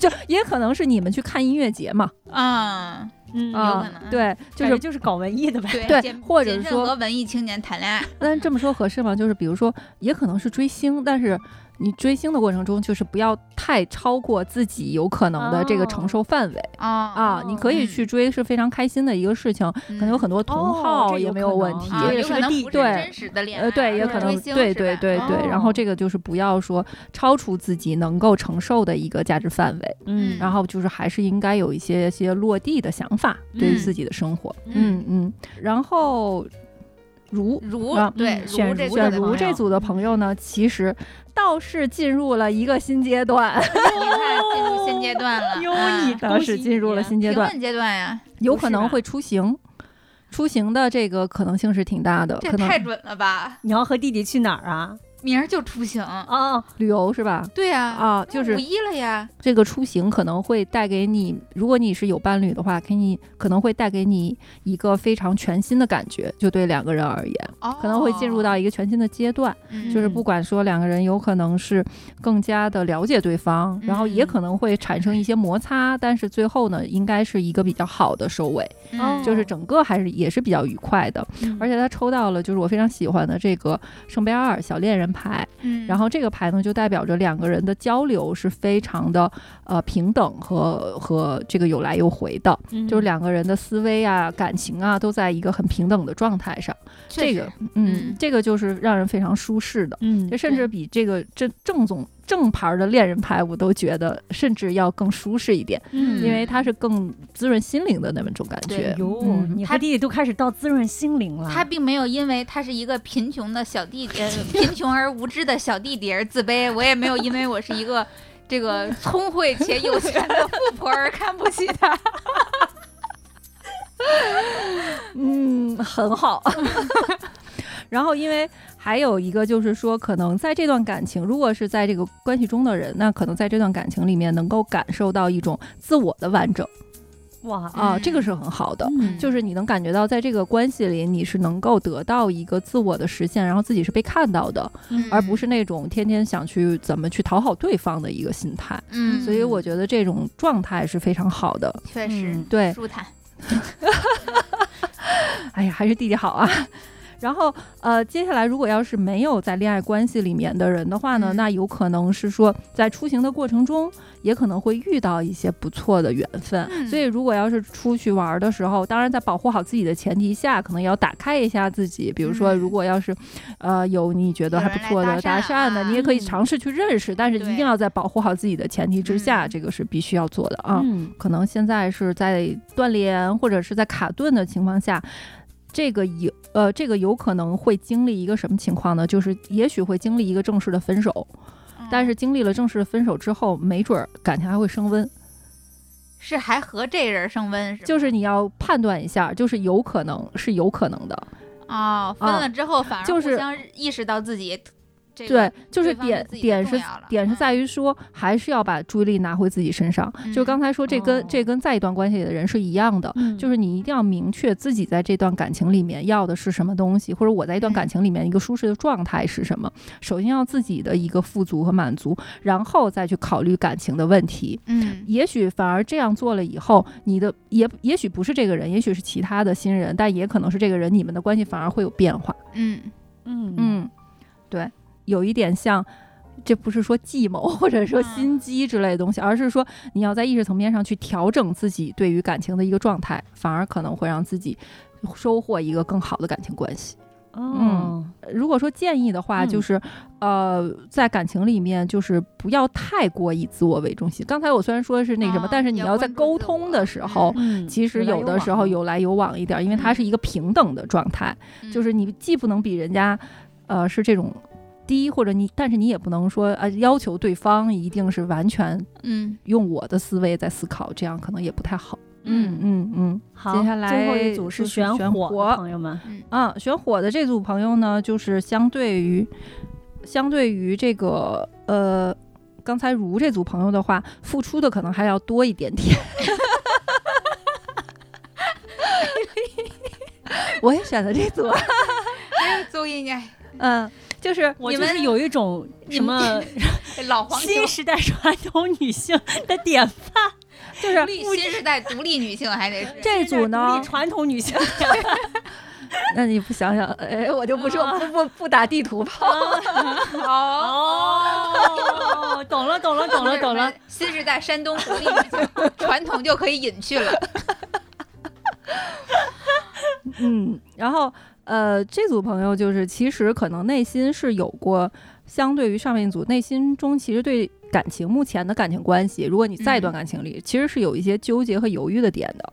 就也可能是你们去看音乐节嘛，
嗯，
嗯，
有
啊
可、能
对，就
感觉
是
就是搞文艺的呗。
对
对
谨
或者
谨慎
说
和文艺青年谈恋爱，
那这么说合适吗？就是比如说，也可能是追星，但是你追星的过程中，就是不要太超过自己有可能的这个承受范围、
哦
啊。你可
嗯
以去追是非常开心的一个事情，
嗯
可能有很多同
哦
好
这
也
有
没
可
有问
能
题。
啊，
也
有
是
可
个
能
地
不是
对
真实的恋爱，
呃，对，也
是追
可能，
星
对
是
对
吧
对对，然后
哦
这个就是不要说超出自己能够承受的一个价值范围，
嗯
然后就是还是应该有一些些落地的想法，对于
嗯
自己的生活，
嗯
嗯嗯，然后如
如
啊
对
嗯选
这
如
个
选
的
如
朋
这
友
组的朋友呢，其实倒是进入了一个新阶段，
你 看进入新阶段了，
哟
啊
你
倒
恭
是
喜
进入了
你
新阶
评
段， 呃
论阶段呀，
有
不
可
是
能
吧
会出行，出行的这个可能性是挺大的，
这
可能
太准了吧？
你要和弟弟去哪儿啊？
明儿就出行，
哦，
旅游是吧？
对呀，
啊，就
那
是
五一了呀，
这个出行可能会带给你，如果你是有伴侣的话，给你可能会带给你一个非常全新的感觉，就对两个人而言，
哦
可能会进入到一个全新的阶段，
嗯
就是不管说两个人有可能是更加的了解对方，然后也
嗯
可能会产生一些摩擦，但是最后呢，应该是一个比较好的收尾，
嗯
就是整个还是也是比较愉快的，而且他抽到了就是我非常喜欢的这个圣杯二小恋人牌，
嗯
然后这个牌呢，就代表着两个人的交流是非常的呃平等和和这个有来有回的，嗯
嗯
嗯
就是两个人的思维啊、感情啊都在一个很平等的状态上。
确
这
实
个，嗯，
嗯
这个就是让人非常舒适的，
嗯
这，甚至
对
比这个正正宗正牌的恋人牌，我都觉得甚至要更舒适一点，
嗯
因为它是更滋润心灵的那么种感觉。
哟，
嗯
哎你
他
和弟弟都开始到滋润心灵了。
他并没有因为他是一个贫穷的小弟，呃，贫穷而无知的小弟弟而自卑，我也没有因为我是一个这个聪慧且有钱的富婆而看不起他。
嗯，很好。 然后，因为还有一个就是说，可能在这段感情，如果是在这个关系中的人，那可能在这段感情里面能够感受到一种自我的完整，
哇，
啊，
嗯
这个是很好的。
嗯
就是你能感觉到，在这个关系里，你是能够得到一个自我的实现，然后自己是被看到的，
嗯
而不是那种天天想去怎么去讨好对方的一个心态。
嗯，
所以我觉得这种状态是非常好的。
确实
嗯
对，
舒坦，
哎呀，还是弟弟好啊。 然后，呃，接下来如果要是没有在恋爱关系里面的人的话呢，
嗯
那有可能是说在出行的过程中，也可能会遇到一些不错的缘分。
嗯
所以，如果要是出去玩儿的时候，当然在保护好自己的前提下，可能也要打开一下自己。比如说，
嗯
如果要是，呃，有你觉得
有
还
人
不
来
错的
搭
搭
讪
讪的，
啊
你也可以
嗯
尝试去认识，但是一
对
定要在保护好自己的前提之下，
嗯
这个是必须要做的啊。
嗯，
可能现在是在断联或者是在卡顿的情况下，这个有呃，这个有可能会经历一个什么情况呢？就是也许会经历一个正式的分手，
嗯
但是经历了正式的分手之后，没准儿感情还会升温。
嗯是还和这人升温是吧？
就是你要判断一下，就是有可能是有可能的，
哦，分
啊
了之后反而
就
互
是
相意识到自己这个
对，就是
对方
点
自己
点
重
是
要了
点是
嗯
在于说，还是要把注意力拿回自己身上。就
嗯
刚才说，这跟、
哦
这跟在一段关系里的人是一样的，
嗯
就是你一定要明确自己在这段感情里面要的是什么东西，或者我在一段感情里面一个舒适的状态是什么。首先要自己的一个富足和满足，然后再去考虑感情的问题。
嗯
也许反而这样做了以后，你的也也许不是这个人，也许是其他的新人，但也可能是这个人，你们的关系反而会有变化。
嗯
嗯嗯
嗯，对，有一点像，这不是说计谋 或者说
嗯
心机之类的东西，而是说你要在意识层面上去调整自己对于感情的一个状态，反而可能会让自己收获一个更好的感情关系。
哦，
呃如果说建议的话，
嗯
就是，呃，在感情里面就是不要太过以自我为中心。刚才我虽然说是那什么，
啊
但是你
要
要在
关注
沟
自
通
我
的时候，
嗯
其实有的时候有来有往一点儿，因为它
嗯
是一个平等的状态，
嗯
就是你既不能比人家，呃，是这种低，或者你，但是你也不能说啊、呃要求对方一定是完全
嗯
用我的思维在思考，这样可能也不太好。
嗯
嗯嗯
好，
接下来
最后一组是
就是
选
选
火的
火
朋友们，
啊，选火的这组朋友呢，就是相对于相对于这个呃。刚才如这组朋友的话，付出的可能还要多一点点。 我也选的这组，啊
邹一年
嗯，就是
我
你
就
们
是有一种什么
老黄
新时代传统女性的典范，
就是
绿新时代独立女性还得是
这组
独
呢
立，传统女性
那你不想想，哎，我就不说不不不打地图炮，
哦。
哦，懂了懂了懂了懂了，，
新时代山东独立女性传统就可以隐 去了。
嗯，然后呃，这组朋友就是其实可能内心是有过，相对于上面一组，内心中其实对感情目前的感情关系，如果你在一段感情里，其实是有一些纠结和犹豫的点的，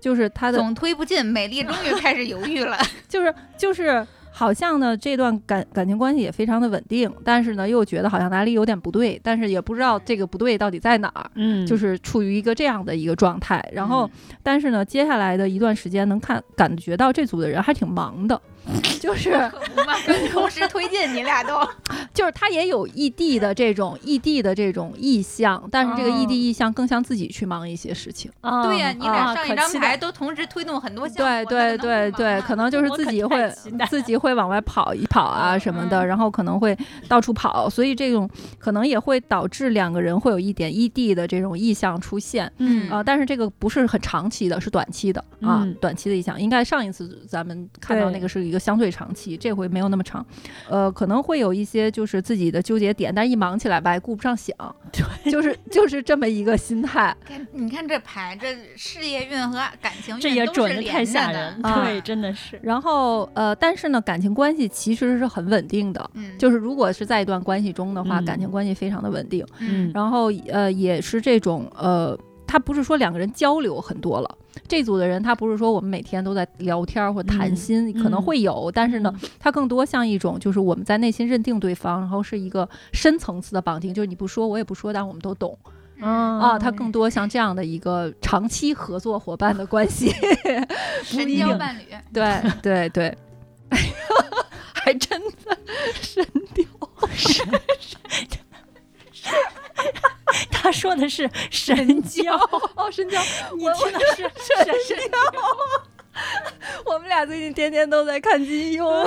就是他的
总推不进，美丽终于开始犹 豫了。
就是就是。好像呢，这段感感情关系也非常的稳定，但是呢，又觉得好像哪里有点不对，但是也不知道这个不对到底在哪儿。
嗯
就是处于一个这样的一个状态。然后，但是呢，接下来的一段时间能看感觉到这组的人还挺忙 的，就是
妈，同时推进，你俩都
就是他也有异地的这种异地的这种意向，但是这个异
哦
地意向更像自己去忙一些事情。
啊
对呀，你俩
啊
上
可
一张
期
牌
待
都同时推动很多项
对
目，
对
那
对对，可
能啊
能就是
啊我
自
可
己
太
会
期待
自己会往外跑一跑啊什么的，
嗯
然后可能会到处跑，所以这种可能也会导致两个人会有一点异地的这种意向出现。
嗯
啊，但是这个不是很长期的，是短期的啊，
嗯
短期的影响。应该上一次咱们看到
对
那个是一个相对长期，这回没有那么长。呃，可能会有一些就是自己的纠结点，但一忙起来吧，也顾不 上想，就是就是这么一个心态。
看你看这牌，这事业运和感情运
这也
都
准
是
的
连
太
着
吓
的
人，
啊
对，真的是，
然后呃，但是呢，感情关系其实是很稳定的。
嗯，
就是如果是在一段关系中的话，
嗯
感情关系非常的稳定。
嗯
然后呃，也是这种呃，他不是说两个人交流很多了。这组的人，他不是说我们每天都在聊天儿或谈
嗯
心，可能
嗯
会有，但是呢，它更多像一种就是我们在内心认定对方，然后是一个深层次的绑定，就是你不说我也不说，但我们都懂
嗯，
啊。它更多像这样的一个长期合作伙伴的关 系。
神
一
交
定
伴侣，
对对对， 还 真的神雕。
他说的的是神交，
哦，深交，
你
我
听的是神交。
我们俩最近天天都在看金庸，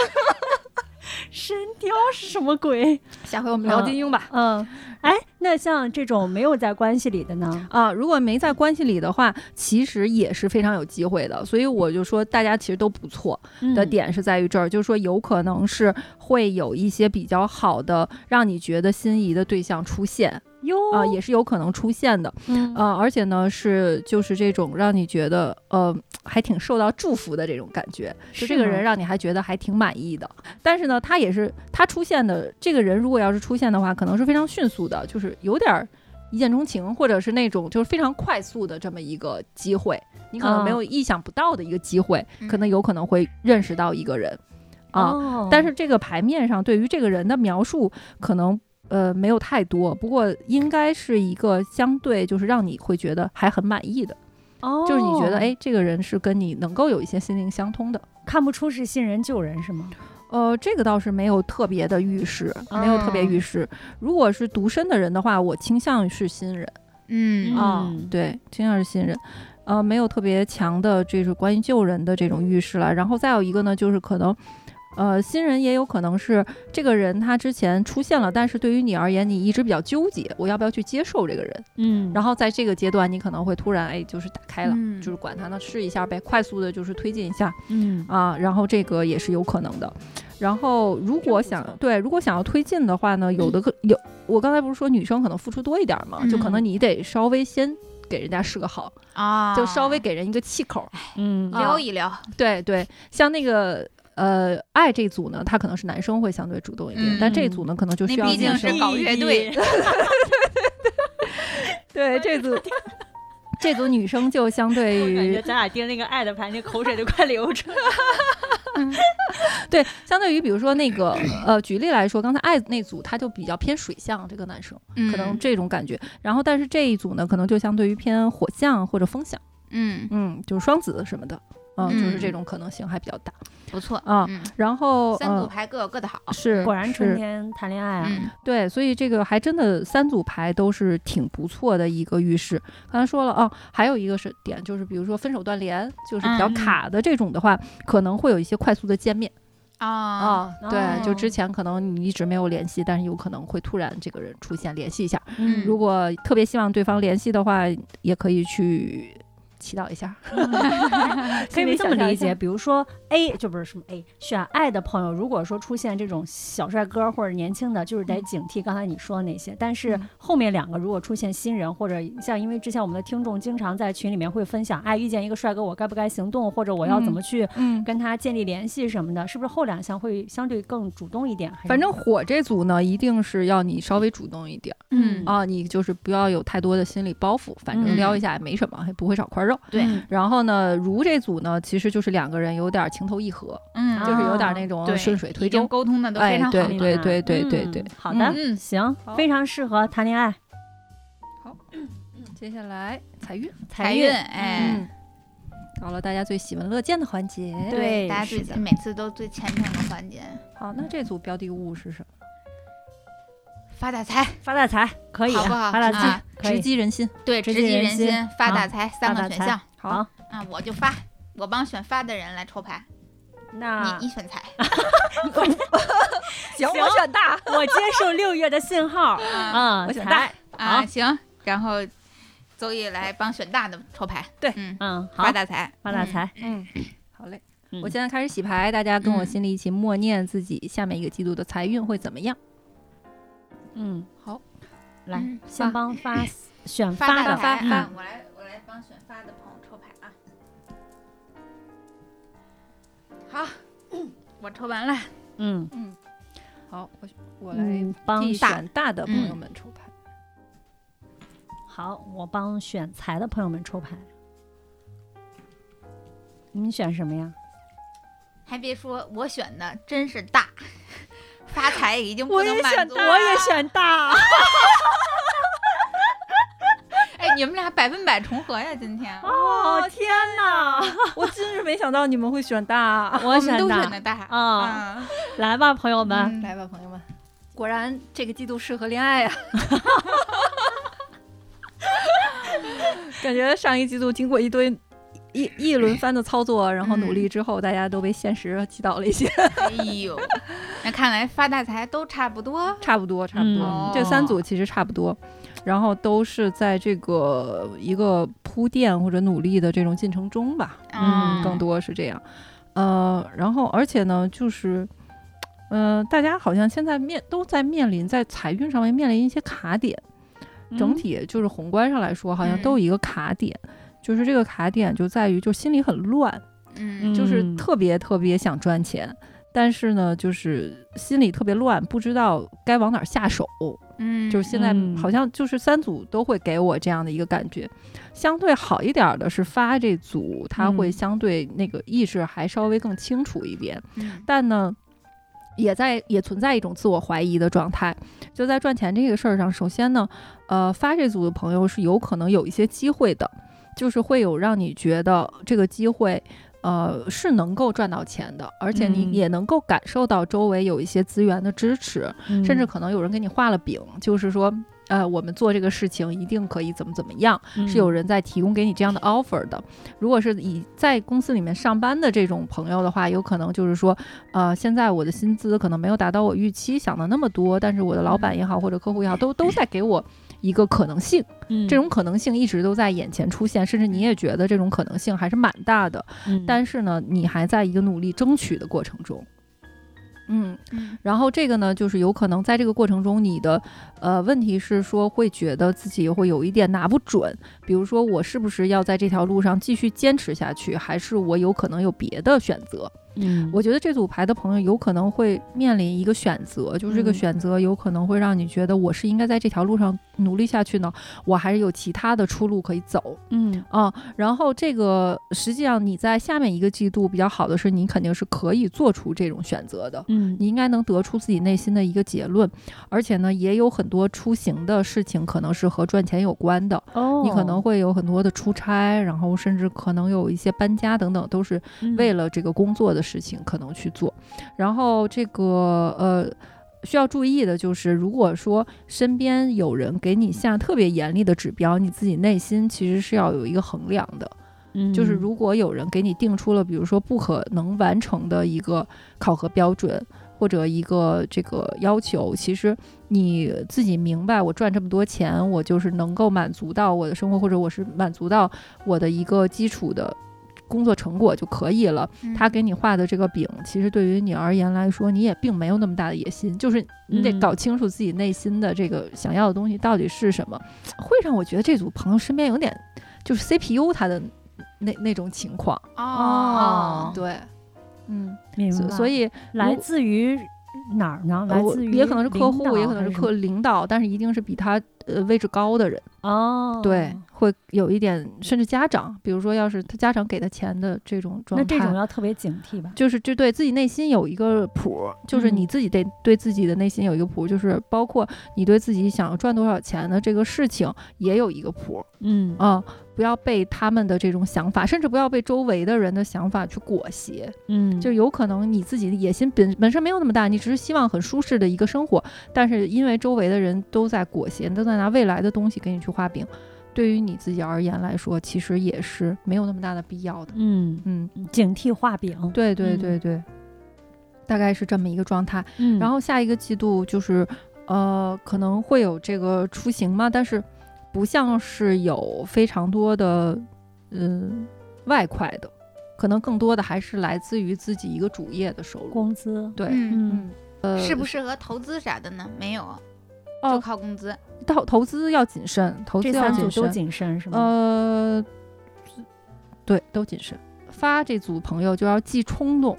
神雕是什么鬼？
下回我们聊
嗯
金庸吧。
嗯，哎，那像这种没有在关系里的呢？
啊，如果没在关系里的话，其实也是非常有机会的。所以我就说，大家其实都不错的
嗯，
点是在于这儿，就是说有可能是会有一些比较好的，让你觉得心仪的对象出现
哟
啊、也是有可能出现的。
嗯
呃，而且呢是就是这种让你觉得呃还挺受到祝福的这种感觉，就是这个
吗
人让你还觉得还挺满意的。但是呢，他也是他出现的这个人，如果要是出现的话，可能是非常迅速的，就是有点儿一见钟情，或者是那种就是非常快速的这么一个机会，你可能没
嗯
有意想不到的一个机会，
嗯
可能有可能会认识到一个人啊。
哦
但是这个牌面上对于这个人的描述可能呃没有太多，不过应该是一个相对就是让你会觉得还很满意的，
哦，
就是你觉得哎这个人是跟你能够有一些心灵相通的。
看不出是新人旧人是吗？
呃，这个倒是没有特别的预示，没有特别预示。如果是独身的人的话，我倾向于是新人
嗯
嗯
啊、对，倾向是新人。呃，没有特别强的这是关于救人的这种预示了。然后再有一个呢，就是可能，呃，新人也有可能是这个人他之前出现了，但是对于你而言，你一直比较纠结，我要不要去接受这个人？
嗯
然
后
后在这个阶段，你可能会突然哎，就是打开了，
嗯
就是管他呢，试一下呗，快速的就是推进一下。
嗯
啊，然后这个也是有可能的。然后如
真
果
不
想
错
对，如果想要推进的话呢，有的可有，我刚才不是说女生可能付出多一点儿嘛，就可能
嗯
你得稍微先。给人家示个好，
啊，
就稍微给人一个气口儿。
嗯
啊
聊一聊，
对对，像那个呃爱这组呢，他可能是男生会相对主动一点，
嗯
但这组呢可能就需
那
要
毕
女
竟
生
是搞乐队，
对这 组这组女生就相对
我感
于
觉咱俩盯那个爱的牌，那口水都快流出来了。
对，相对于比如说那个呃，举例来说，刚才爱那组他就比较偏水象这个男生，可能
嗯
这种感觉。然后但是这一组呢，可能就相对于偏火象或者风象，
嗯
嗯，就是双子什么的，嗯，就是
嗯
这种可能性还比较大。
不错
啊
嗯
然后
三组
呃
牌各有各的好，
是
果然春
是
天谈恋爱啊，
嗯
对，所以这个还真的三组牌都是挺不错的一个预示。刚才说了啊，还有一个是点，就是比如说分手断联，就是比较
嗯
卡的这种的话，可能会有一些快速的见面。
啊，
啊、对，就
哦
之前可能你一直没有联系，但是有可能会突然这个人出现联系一下。
嗯
如果特别希望对方联系的话，也可以去祈祷一下。
可以这么理解，
想象一下，
比如说 A 就不是什么 A，选爱的朋友，如果说出现这种小帅哥或者年轻的，就是得警惕刚才你说的那些。但是
嗯
后面两个如果出现新人，或者像因为之前我们的听众经常在群里面会分享，哎，遇见一个帅哥，我该不该行动，或者我要怎么去
嗯，
跟他建立联系什么的，是不是后两项会相对更主动一点？还是
反正火这组呢，一定是要你稍微主动一点儿
嗯
啊，你就是不要有太多的心理包袱，反
嗯
正撩一下也没什么，还不会少块肉。
对
嗯
然后呢，如这组呢，其实就是两个人有点儿情投意合，
嗯
啊
就是有点儿那种
对
顺水推
已经
舟。
沟通的都
哎
非常好，
对
明白
对
了
对对对对
嗯好的，
嗯
行
好，
非常适合谈恋爱。
接下来财运。
财
运
运，哎。
嗯，到了大家最喜闻乐见的环节。
对
大家
是
最
的
每次都最虔诚的环节，
好，那这组标的物是什么？
发大财，
发大财可以啊，
好不好
嗯
发大
啊
财可以。
击人心。
对，
直
直
击
击
人
人
心
心，发
啊
大财三
发大
个选
财
项
好，
啊，我就发，我帮选发的人来抽牌，
啊
那
你你选财，
行，
行
我选大。
我接受六月的信号，
啊
嗯，
我选
财，好
啊行，然后邹毅来帮选大的抽牌，
对
嗯，
嗯，好
发，大财，
发大财，
嗯，好嘞。
嗯
我现在开始洗牌，大家跟我
嗯
心里一起默念自己下面一个季度的财运会怎么样。
嗯，
好，啊
来
嗯，
先帮发选
嗯，发
的
大
吧，
财
发
啊，我来我来帮选发的朋友抽牌啊，好， 我抽完了，
嗯
好，我我
嗯，帮
替
选
选大的朋友们抽牌。
好，我帮选财的朋友们抽牌。你们选什么呀？
还别说，我选的真是大， 发财已经不
我
能
也
满
选
足
嗯大
了
选大，
哎，你们俩百分百重合呀！今天
哦天哪，
我真是没想到你们会选大。
我
们
选
都选
大
的，大
啊，
啊！
来吧，朋友们，
嗯
来吧，朋友们，果然这个季度适合恋爱啊。 感觉上一季度经过一堆一一轮番的操作，然后努力之后，大家都被现实击倒了一些。
哎呦，那看来发大财都差不多。
差不多，差不多。
嗯
这三组其实差不多，然后都是在这个一个铺垫或者努力的这种进程中吧，
嗯
更多是这样。呃，然后而且呢，就是，呃，大家好像现在面都在面临在财运上面面临一些卡点，整体就是宏观上来说，好像
嗯
都有一个卡点。就是这个卡点就在于，就心里很乱，
嗯
就是
嗯
特别特别想赚钱，但是呢，就是心里特别乱，不知道该往哪儿下手。
嗯，
就是现在
嗯
好像就是三组都会给我这样的一个感觉。相对好一点儿的是发这组，他会
嗯
相对那个意识还稍微更清楚一点，
嗯
但呢。也在也存在一种自我怀疑的状态，就在赚钱这个事儿上。首先呢，呃，发这组的朋友是有可能有一些机会的，就是会有让你觉得这个机会，呃，是能够赚到钱的，而且你
嗯
也能够感受到周围有一些资源的支持。
嗯
甚至可能有人给你画了饼，就是说，呃，我们做这个事情一定可以怎么怎么样，
嗯
是有人在提供给你这样的 offer 的。如果是以在公司里面上班的这种朋友的话，有可能就是说，呃，现在我的薪资可能没有达到我预期想的那么多，但是我的老板也好或者客户也好，都都在给我。一个可能性，
嗯
这种可能性一直都在眼前出现，甚至你也觉得这种可能性还是蛮大的，
嗯
但是呢，你还在一个努力争取的过程中。嗯，
嗯
然后这个呢，就是有可能在这个过程中，你的呃问题是说会觉得自己会有一点拿不准，比如说我是不是要在这条路上继续坚持下去，还是我有可能有别的选择？
嗯
我觉得这组牌的朋友有可能会面临一个选择，就是这个
嗯
选择有可能会让你觉得我是应该在这条路上努力下去呢，我还是有其他的出路可以走。
嗯
啊、然后这个实际上你在下面一个季度比较好的是，你肯定是可以做出这种选择的。
嗯
你应该能得出自己内心的一个结论，而且呢，也有很多出行的事情可能是和赚钱有关的。
哦
你可能会有很多的出差，然后甚至可能有一些搬家等等，都是为
了
了这个工作的事情可能去做。然后这个呃。需要注意的就是，如果说身边有人给你下特别严厉的指标，你自己内心其实是要有一个衡量的。
嗯
就是如果有人给你定出了，比如说不可能完成的一个考核标准或者一个这个要求，其实你自己明白，我赚这么多钱，我就是能够满足到我的生活，或者我是满足到我的一个基础的工作成果就可以了。
嗯
嗯
他给你画的这个饼，其实对于你而言来说，你也并没有那么大的野心，就是你得
嗯
搞清楚自己内心的这个想要的东西到底是什么，会让我觉得这组朋友身边有点就是 CPU 他的那那种情况，
哦，
对，嗯，
明
所
白
所以
来
如
自于哪儿呢？
呃
来
我
自于
也可能是客
领导
户，也可能
还
是
什
客
么
领导，但是一定是比他呃位置高的人，
哦，
对，会有一点甚至家长，比如说要是他家长给他钱的这种状
那
态，
这种要特别警惕吧？
就是就对自己内心有一个谱，就是
嗯
你自己得对自己的内心有一个谱，就是包括你对自己想要赚多少钱的这个事情也有一个谱
嗯
啊、不要被他们的这种想法，甚至不要被周围的人的想法去裹挟，
嗯，
就有可能你自己的野心本本身没有那么大，你只是希望很舒适的一个生活，但是因为周围的人都在裹挟，都在拿未来的东西给你去画饼，对于你自己而言来说，其实也是没有那么大的必要的，
嗯
嗯。
警惕画饼，
对对
嗯
对对，大概是这么一个状态。
嗯
然后下一个季度就是，呃，可能会有这个出行嘛，但是不像是有非常多的，嗯，外快的，可能更多的还是来自于自己一个主业的收入。
工资，
对，
嗯，
嗯
呃，
适不适合投资啥的呢？没有，
哦
就靠工资。
投投资要谨慎，投资
这
要
三组都
谨慎。
谨慎是吗？
呃，对，都谨慎。发这组朋友就要忌冲动。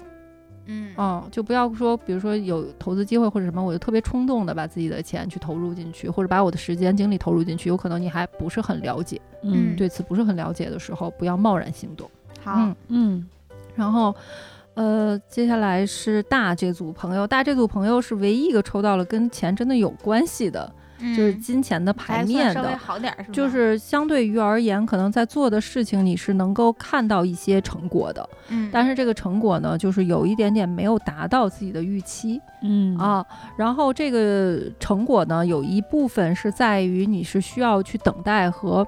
嗯，
嗯，就不要说，比如说有投资机会或者什么，我就特别冲动的把自己的钱去投入进去，或者把我的时间精力投入进去，有可能你还不是很了解，
嗯
对此不是很了解的时候，不要贸然行动。
好，
嗯
然后，呃，接下来是大这组朋友，大这组朋友是唯一一个抽到了跟钱真的有关系的，
就
就是金钱的牌面
嗯稍微
的。
好点儿是吗？
就是相对于而言，可能在做的事情你是能够看到一些成果的，
嗯，
但是这个成果呢，就是有一点点没有达到自己的预期。
嗯，
啊，然后这个成果呢，有一部分是在于你是需要去等待和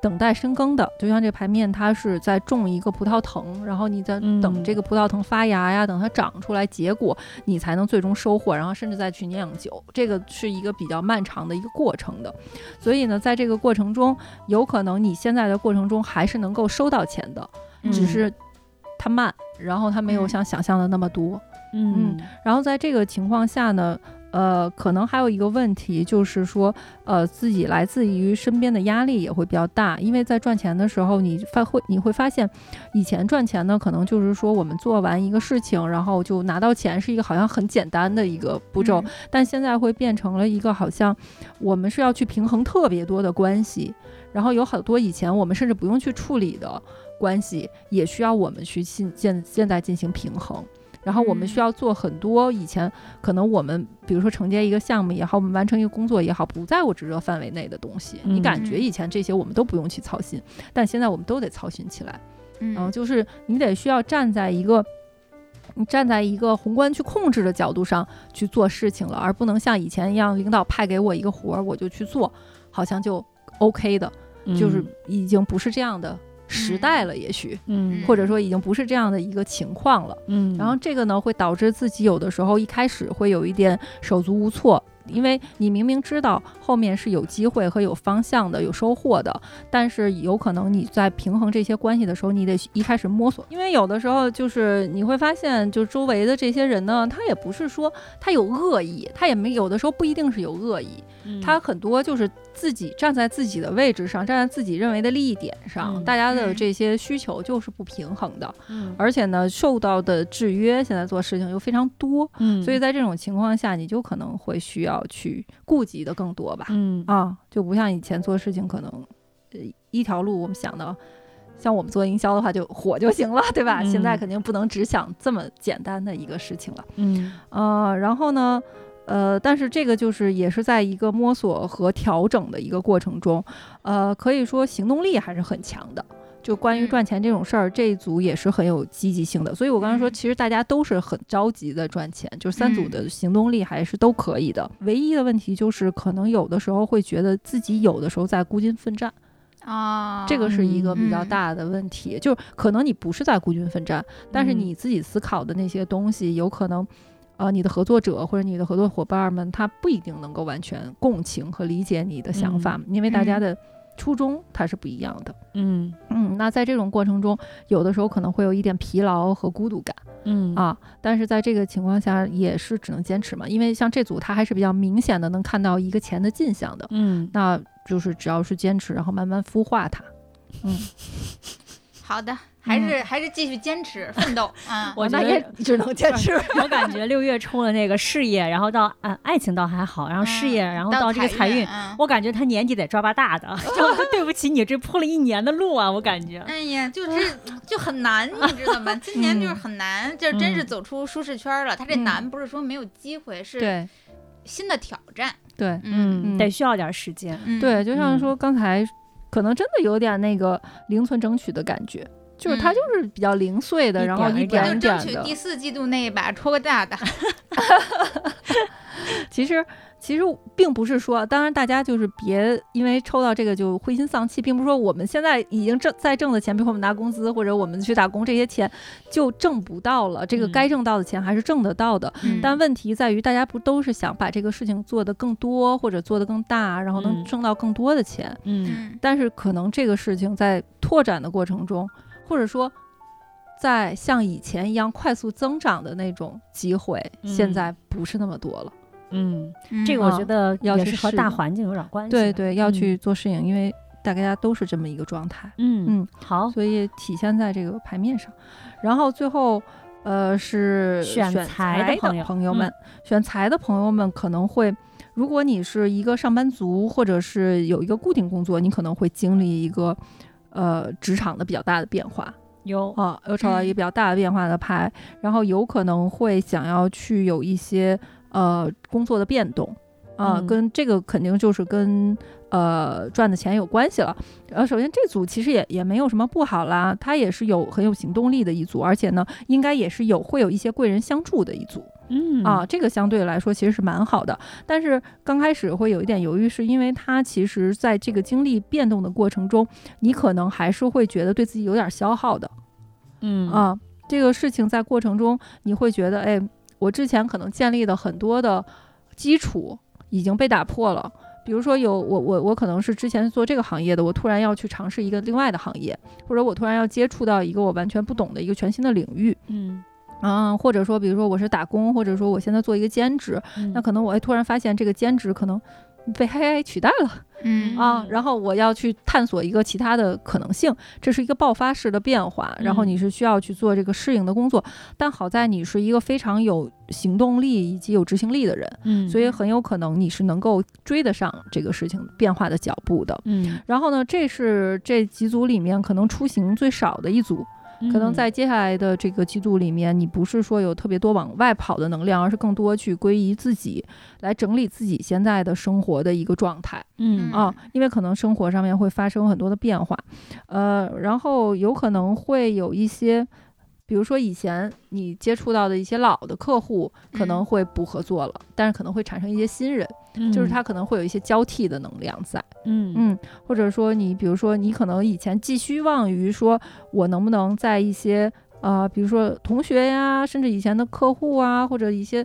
等待深耕的，就像这排面，它是在种一个葡萄藤，然后你在
嗯
等这个葡萄藤发芽呀，等它长出来结果，你才能最终收获，然后甚至再去酿酒，这个是一个比较漫长的一个过程的。所以呢，在这个过程中，有可能你现在的过程中还是能够收到钱的，
嗯
只是它慢，然后它没有
嗯
像想象的那么多。
嗯
然后在这个情况下呢，呃，可能还有一个问题就是说，呃，自己来自于身边的压力也会比较大，因为在赚钱的时候，你发会你会发现，以前赚钱呢，可能就是说我们做完一个事情，然后就拿到钱，是一个好像很简单的一个步
嗯
骤，但现在会变成了一个好像我们是要去平衡特别多的关系，然后有好多以前我们甚至不用去处理的关系，也需要我们去现现现在进行平衡。然后我们
嗯
需要做很多以前可能我们，比如说承接一个项目也好，我们完成一个工作也好，不在我职责范围内的东西，你感觉
嗯
以前这些我们都不用去操心，但现在我们都得操心起来。
嗯
然后就是你得需要站在一个，你站在一个宏观去控制的角度上去做事情了，而不能像以前一样，领导派给我一个活儿我就去做，好像就 OK 的，
嗯
就是已经不是这样的时代了，也许、
嗯
或者说已经不是这样的一个情况了。
嗯，
然后这个呢，会导致自己有的时候一开始会有一点手足无措，因为你明明知道后面是有机会和有方向的、有收获的，但是有可能你在平衡这些关系的时候，你得一开始摸索，因为有的时候就是你会发现，就周围的这些人呢，他也不是说他有恶意，他也没有的时候不一定是有恶意，
嗯
他很多就是自己站在自己的位置上，站在自己认为的利益点上，
嗯
大家的
嗯
这些需求就是不平衡的。
嗯
而且呢，受到的制约，现在做事情又非常多，
嗯，
所以在这种情况下，你就可能会需要去顾及的更多吧。
嗯
啊，就不像以前做事情可能，呃，一条路我们想到，像我们做营销的话就火就行了，对吧？现在
嗯
肯定不能只想这么简单的一个事情了。
嗯
呃，然后呢，呃，但是这个就是也是在一个摸索和调整的一个过程中，呃，可以说行动力还是很强的。就关于
嗯
赚钱这种事儿，这一组也是很有积极性的。所以我刚才说，
嗯
其实大家都是很着急的赚钱，就是三组
嗯
的行动力还是都可以的。唯一的问题就是，可能有的时候会觉得自己有的时候在孤军奋战，
啊，
嗯这个是一个比较
嗯
大的问题。就是可能你不是在孤军奋战，但是
嗯
你自己思考的那些东西，有可能，呃，你的合作者或者你的合作伙伴们，他不一定能够完全共情和理解你的想法，因为大家
嗯
的初衷它是不一样的。
嗯
嗯，那在这种过程中，有的时候可能会有一点疲劳和孤独感
嗯
啊，但是在这个情况下也是只能坚持嘛，因为像这组它还是比较明显的能看到一个钱的进项的，
嗯
那就是只要是坚持，然后慢慢孵化它。
好的，还是还是继续坚持奋斗啊。
我觉
那
得
也只能坚持。
我感觉六月冲了那个事业，然后到啊爱爱情倒还好，
啊
然后事业，然后到这个财运，
嗯
我感觉他年底得抓把大的， 就 对不起你这铺了一年的路啊，我感觉。
哎呀，
嗯
就是就很难，你知道 吗？今年就是很难，就真是
嗯
走出舒适圈了。他这
嗯
难不是说没有机会，是
对
新的挑战。
对，
嗯
嗯
得需要点时间。
嗯，
对，就像
嗯
说刚才，可能真的有点那个零存整取的感觉，就是它
嗯
就是比较零碎的，
一
然后
点
哦一
一点
点
就
一
争
点
取
的
第。四季度那一把戳个大 的。
其实其实并不是说，当然大家就是别因为抽到这个就灰心丧气，并不是说我们现在已经挣在挣的钱，比如说我们拿工资或者我们去打工这些钱就挣不到了，这个
嗯
该挣到的钱还是挣得到的。
嗯
但问题在于，大家不都是想把这个事情做得更多，或者做得更大，然后能
嗯
挣到更多的钱？
嗯
嗯
但是可能这个事情在拓展的过程中，或者说在像以前一样快速增长的那种机会，
嗯
现在不是那么多了。
嗯，
嗯
这个我觉得
要
也
去
是和
适
大
应
环境有点关系。
对，对，要去做适应，因为大家都是这么一个状态，
嗯
嗯
好，
所以体现在这个牌面上。然后最后。呃，是
选材的
材
朋友嗯
朋友们，选材的朋友们可能会，如果你是一个上班族，或者是有一个固定工作，你可能会经历一个，呃，职场的比较大的变化。
有
啊，又抽
嗯
到一个比较大的变化的牌，然后有可能会想要去有一些呃工作的变动啊、
嗯
跟这个肯定就是跟呃赚的钱有关系了。呃，首先这组其实也也没有什么不好啦，它也是有很有行动力的一组，而且呢，应该也是有会有一些贵人相助的一组。
嗯
啊，，这个相对来说其实是蛮好的。但是刚开始会有一点犹豫，是因为他其实在这个经历变动的过程中，你可能还是会觉得对自己有点消耗的
嗯，
啊。这个事情在过程中，你会觉得，哎，我之前可能建立的很多的基础已经被打破了。比如说有我我我可能是之前做这个行业的，我突然要去尝试一个另外的行业，或者我突然要接触到一个我完全不懂的一个全新的领域，
嗯，
嗯，或者说比如说我是打工，或者说我现在做一个兼职，
嗯
那可能我哎会突然发现这个兼职可能被 AI 取代了
嗯
啊
嗯，
然后我要去探索一个其他的可能性，这是一个爆发式的变化，然后
嗯
你是需要去做这个适应的工作，但好在你是一个非常有行动力以及有执行力的人，
嗯，
所以很有可能你是能够追得上这个事情变化的脚步的。
嗯，
然后呢，这是这几组里面可能出行最少的一组，
嗯，
可能在接下来的这个季度里面，你不是说有特别多往外跑的能量，而是更多去归于自己，来整理自己现在的生活的一个状态
嗯，
啊，因为可能生活上面会发生很多的变化，呃，然后有可能会有一些。比如说以前你接触到的一些老的客户可能
嗯
会不合作了，但是可能会产生一些新人，
嗯
就是他，可能会有一些交替的能量在。
嗯
嗯，或者说你比如说你可能以前寄希望于说我能不能在一些呃，比如说同学呀，甚至以前的客户啊，或者一些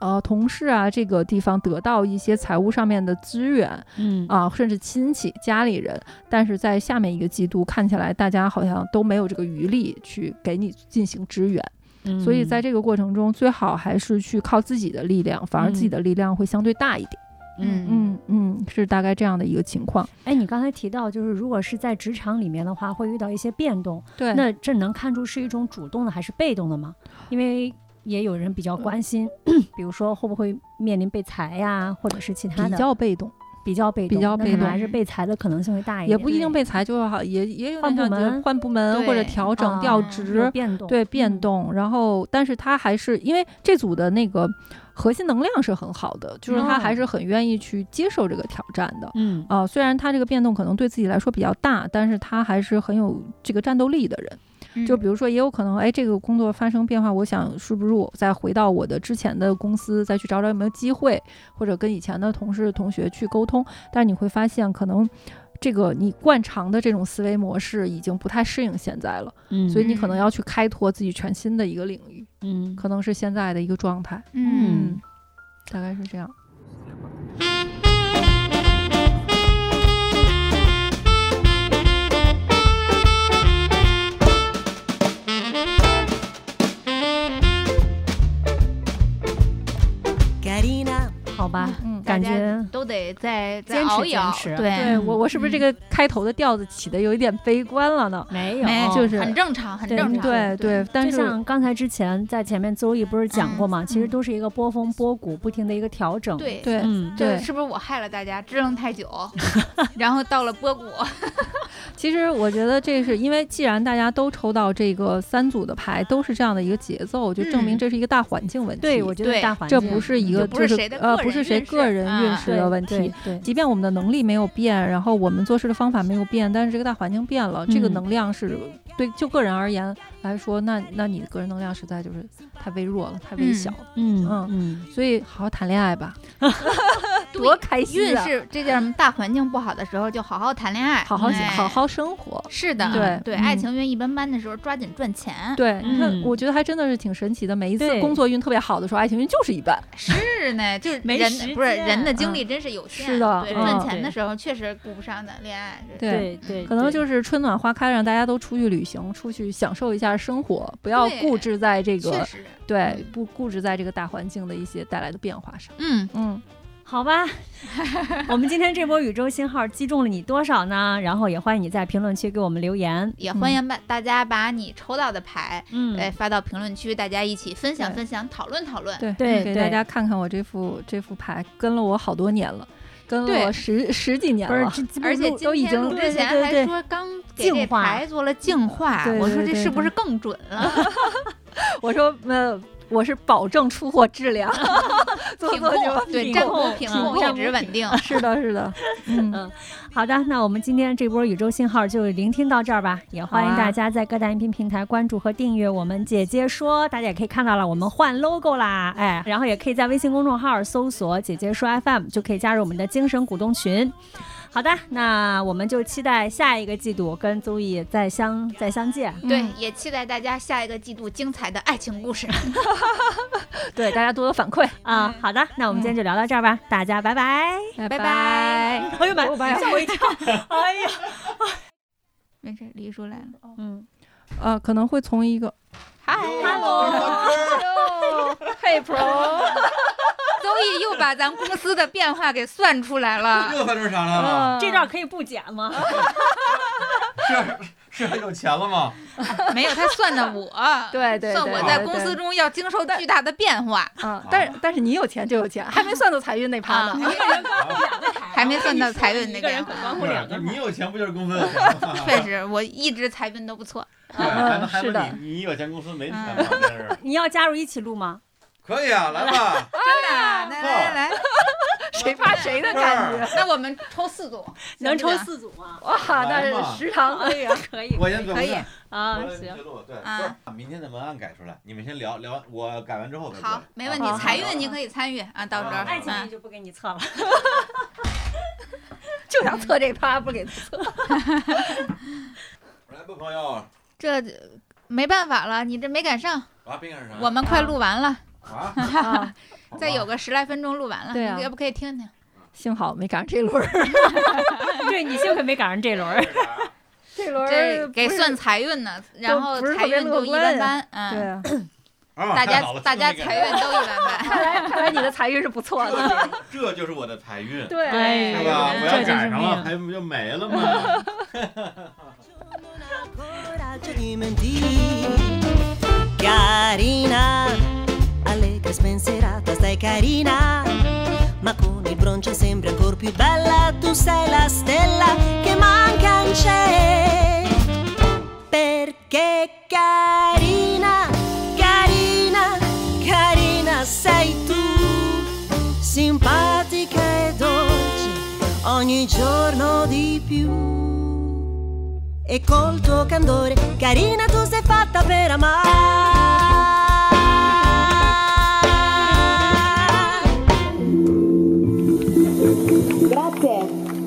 呃同事啊这个地方得到一些财务上面的资源
嗯
啊，甚至亲戚、家里人，但是在下面一个季度看起来大家好像都没有这个余力去给你进行支援，
嗯，
所以在这个过程中最好还是去靠自己的力量，反而自己
嗯
的力量会相对大一点。
嗯嗯，
嗯嗯，是大概这样的一个情况。
哎，你刚才提到，就是如果是在职场里面的话，会遇到一些变动，
对
那这能看出是一种主动的还是被动的吗？因为也有人比较关心， 比如说会不会面临被裁呀，或者是其他
比
的
较被动，
比较被
比
动
较
那
被
可能
动
还是被裁的可能性会大一
也
点，
不一定被裁就好，也也有
哎换
点
部
像你
门
就换部门
对
或者调整
啊
调
有
职，
变动，
对变
嗯，
动。然后，但是他还是因为这组的那个核心能量是很好的，就是
哦
他还是很愿意去接受这个挑战的。
嗯
啊，虽然他这个变动可能对自己来说比较大，但是他还是很有这个战斗力的人。
嗯
嗯
就比如说，也有可能，哎，这个工作发生变化，我想是不是我再回到我的之前的公司，再去找找有没有机会，或者跟以前的同事、同学去沟通。但是你会发现，可能这个你惯常的这种思维模式已经不太适应现在了，
嗯，
所以你可能要去开拓自己全新的一个领域，
嗯
可能是现在的一个状态。
嗯
嗯，
大概是这样。
Karina,
好吧，
嗯，
感
大家
觉
都得再再
坚持
熬一熬
坚，持
哎
对我我是
嗯
不是这个开头的调子起的有一点悲观了呢？
没有，
没
就是
很正常，很
对
正常，
对对，但
就是像刚才之前在前面邹毅不是讲过嘛，其实
嗯
都是一个波峰波谷不停的一个调整。，
对
对
嗯，
对
这是不是我害了大家支棱太久， 然后到了波谷，
其实我觉得这是因为，既然大家都抽到这个三组的牌，都是这样的一个节奏，就证明
嗯
这是一个大环境问题。
对，我觉得
对
大环境
这不是一
就
个
不是
就
谁的
呃
个人
不是谁
运势
个人运
啊
势的问
对
题。
对对
即便我们的能力没有变，然后我们做事的方法没有变，但是这个大环境变了，这个
嗯
能量是对就个人而言来说，那那你的个人能量实在就是太微弱了，太微
嗯
小了。
嗯
嗯
嗯
所以好好谈恋爱吧，
对
多开心
运
啊！
势这叫什么？大环境不好的时候，就好好谈恋爱，
好好
哎
好。好生活。
是的，
对
对，
嗯
爱情运一般般的时候，抓紧赚钱。
对，你看，
嗯
我觉得还真的是挺神奇的。每一次
对
工作运特别好的时候，爱情运就是一般。
是 呢，就是
没
人
时
不是
间
人的精力真是有限。
是的
对，
嗯
赚钱的时候确实顾不上的恋爱。是
对对，
可能
是
就是春暖花开，让大家都出去旅行，出去享受一下生活，不要
对
固执在这
确
个
实，
嗯
对不固执在这个大环境的一些带来的变化上。
嗯，
嗯，
好 吧。我们今天这波宇宙信号击中了你多少呢？然后也欢迎你在评论区给我们留言。
也欢迎把大家把你抽到的牌，
嗯，
哎，发到评论区，大家一起分享
对
分享，讨论讨论。
对
对
给
对
大家看看我这副这副牌，跟了我好多年了，跟了
对
我十十几年
不是
了。，
这
而且
录
今
都已
天
经
录之
对
前
对
还
对
说刚给这
净化嗯
牌做了净化，
对
我
对
说这
对
是不
对
是更准了？
我说，呃，我是保证出货 质量，做
品
做就
控对
品
占
控品
品控
控
嗯一
嗯
直稳定。
是的，是的，嗯，
好的，那我们今天这波宇宙信号就聆听到这儿吧，也欢迎
好啊
大家在各大音频平台关注和订阅我们“姐姐说”，大家也可以看到了，我们换 logo 啦，哎，然后也可以在微信公众号搜索“姐姐说 FM”，就可以加入我们的精神股东群。好的，那我们就期待下一个季度跟邹毅再相再相见。
嗯对，也期待大家下一个季度精彩的爱情故事。
对，大家多多 反馈，
啊、好的，那我们今天就聊到这儿吧，大家拜拜。
拜
拜。
朋友们
拜 拜
吓我一跳，哎呀，
没事，黎叔来了。
嗯，
呃，可能会从一个
嗨
，Hello
嘿 Pro，
邹毅又把咱公司的变化给算出来了。
又翻出啥来
啊
了？
这段可以不剪吗？
是啊是很有钱了吗？
没有，他算的 我，
对对对，
算我在
对
公司
对
中要经受巨大的变化
啊，但是但是你有钱就有钱，还没算到财运那趴
啊
呢。，
还没算到财运那
一个人
边
滚光
啊。
顾两
就
个
是你有钱不就是公司？
确实，我一直财运都不错。
对，还不还
是
不
的
你你有钱公司没钱吗？真是
你要加入一起录吗？
可以啊，来吧，
真的啊，来来来来，
谁怕谁的感觉？
那我们抽四 组，
能抽
行不行
四组 吗？
哇，那
来嘛
是食堂可以啊。
可以
我先准
可以
备。
啊
我，
行
先。录对，
啊
不是明天的文案改出来，你们先聊聊完，我改完之后再过来
好，没问题
好，好
财运你可以参与啊，到时候
好
爱情
嗯
题就不给你测了。
就想测这趴，不给测。
来吧，朋友，
这没办法了，你这没赶上，
啊，别干啥，
我们快录完了，
啊，
啊，
好吧
再有个十来分钟录完了，
对啊
你要不可以听听？
幸好没赶上这轮儿，
对你幸亏没赶上这 轮儿。
干啥
这轮
这
儿
给算财运呢，然后
不是
财
特别
运都
乐
一
观
般般，
对
嗯，
啊。
啊
大
太
家
好了
大家
这么
财
一个
运都一般般。
看来看来你的财运是不错 的。
人这就是这就是我的财运，
对
哎
对
呀
吧？
哎呀
我要
这就是
赶上
命
了，还不就没了吗？
Dimmi di carina, allegra spensierata, stai carina, ma con il broncio sembri ancora più bella, tu sei la stella che manca in cielo. Perché carina, carina, carina sei tu, simpatica e dolce, ogni giorno di più e col tuo candore carina tu sei fatta per amare grazie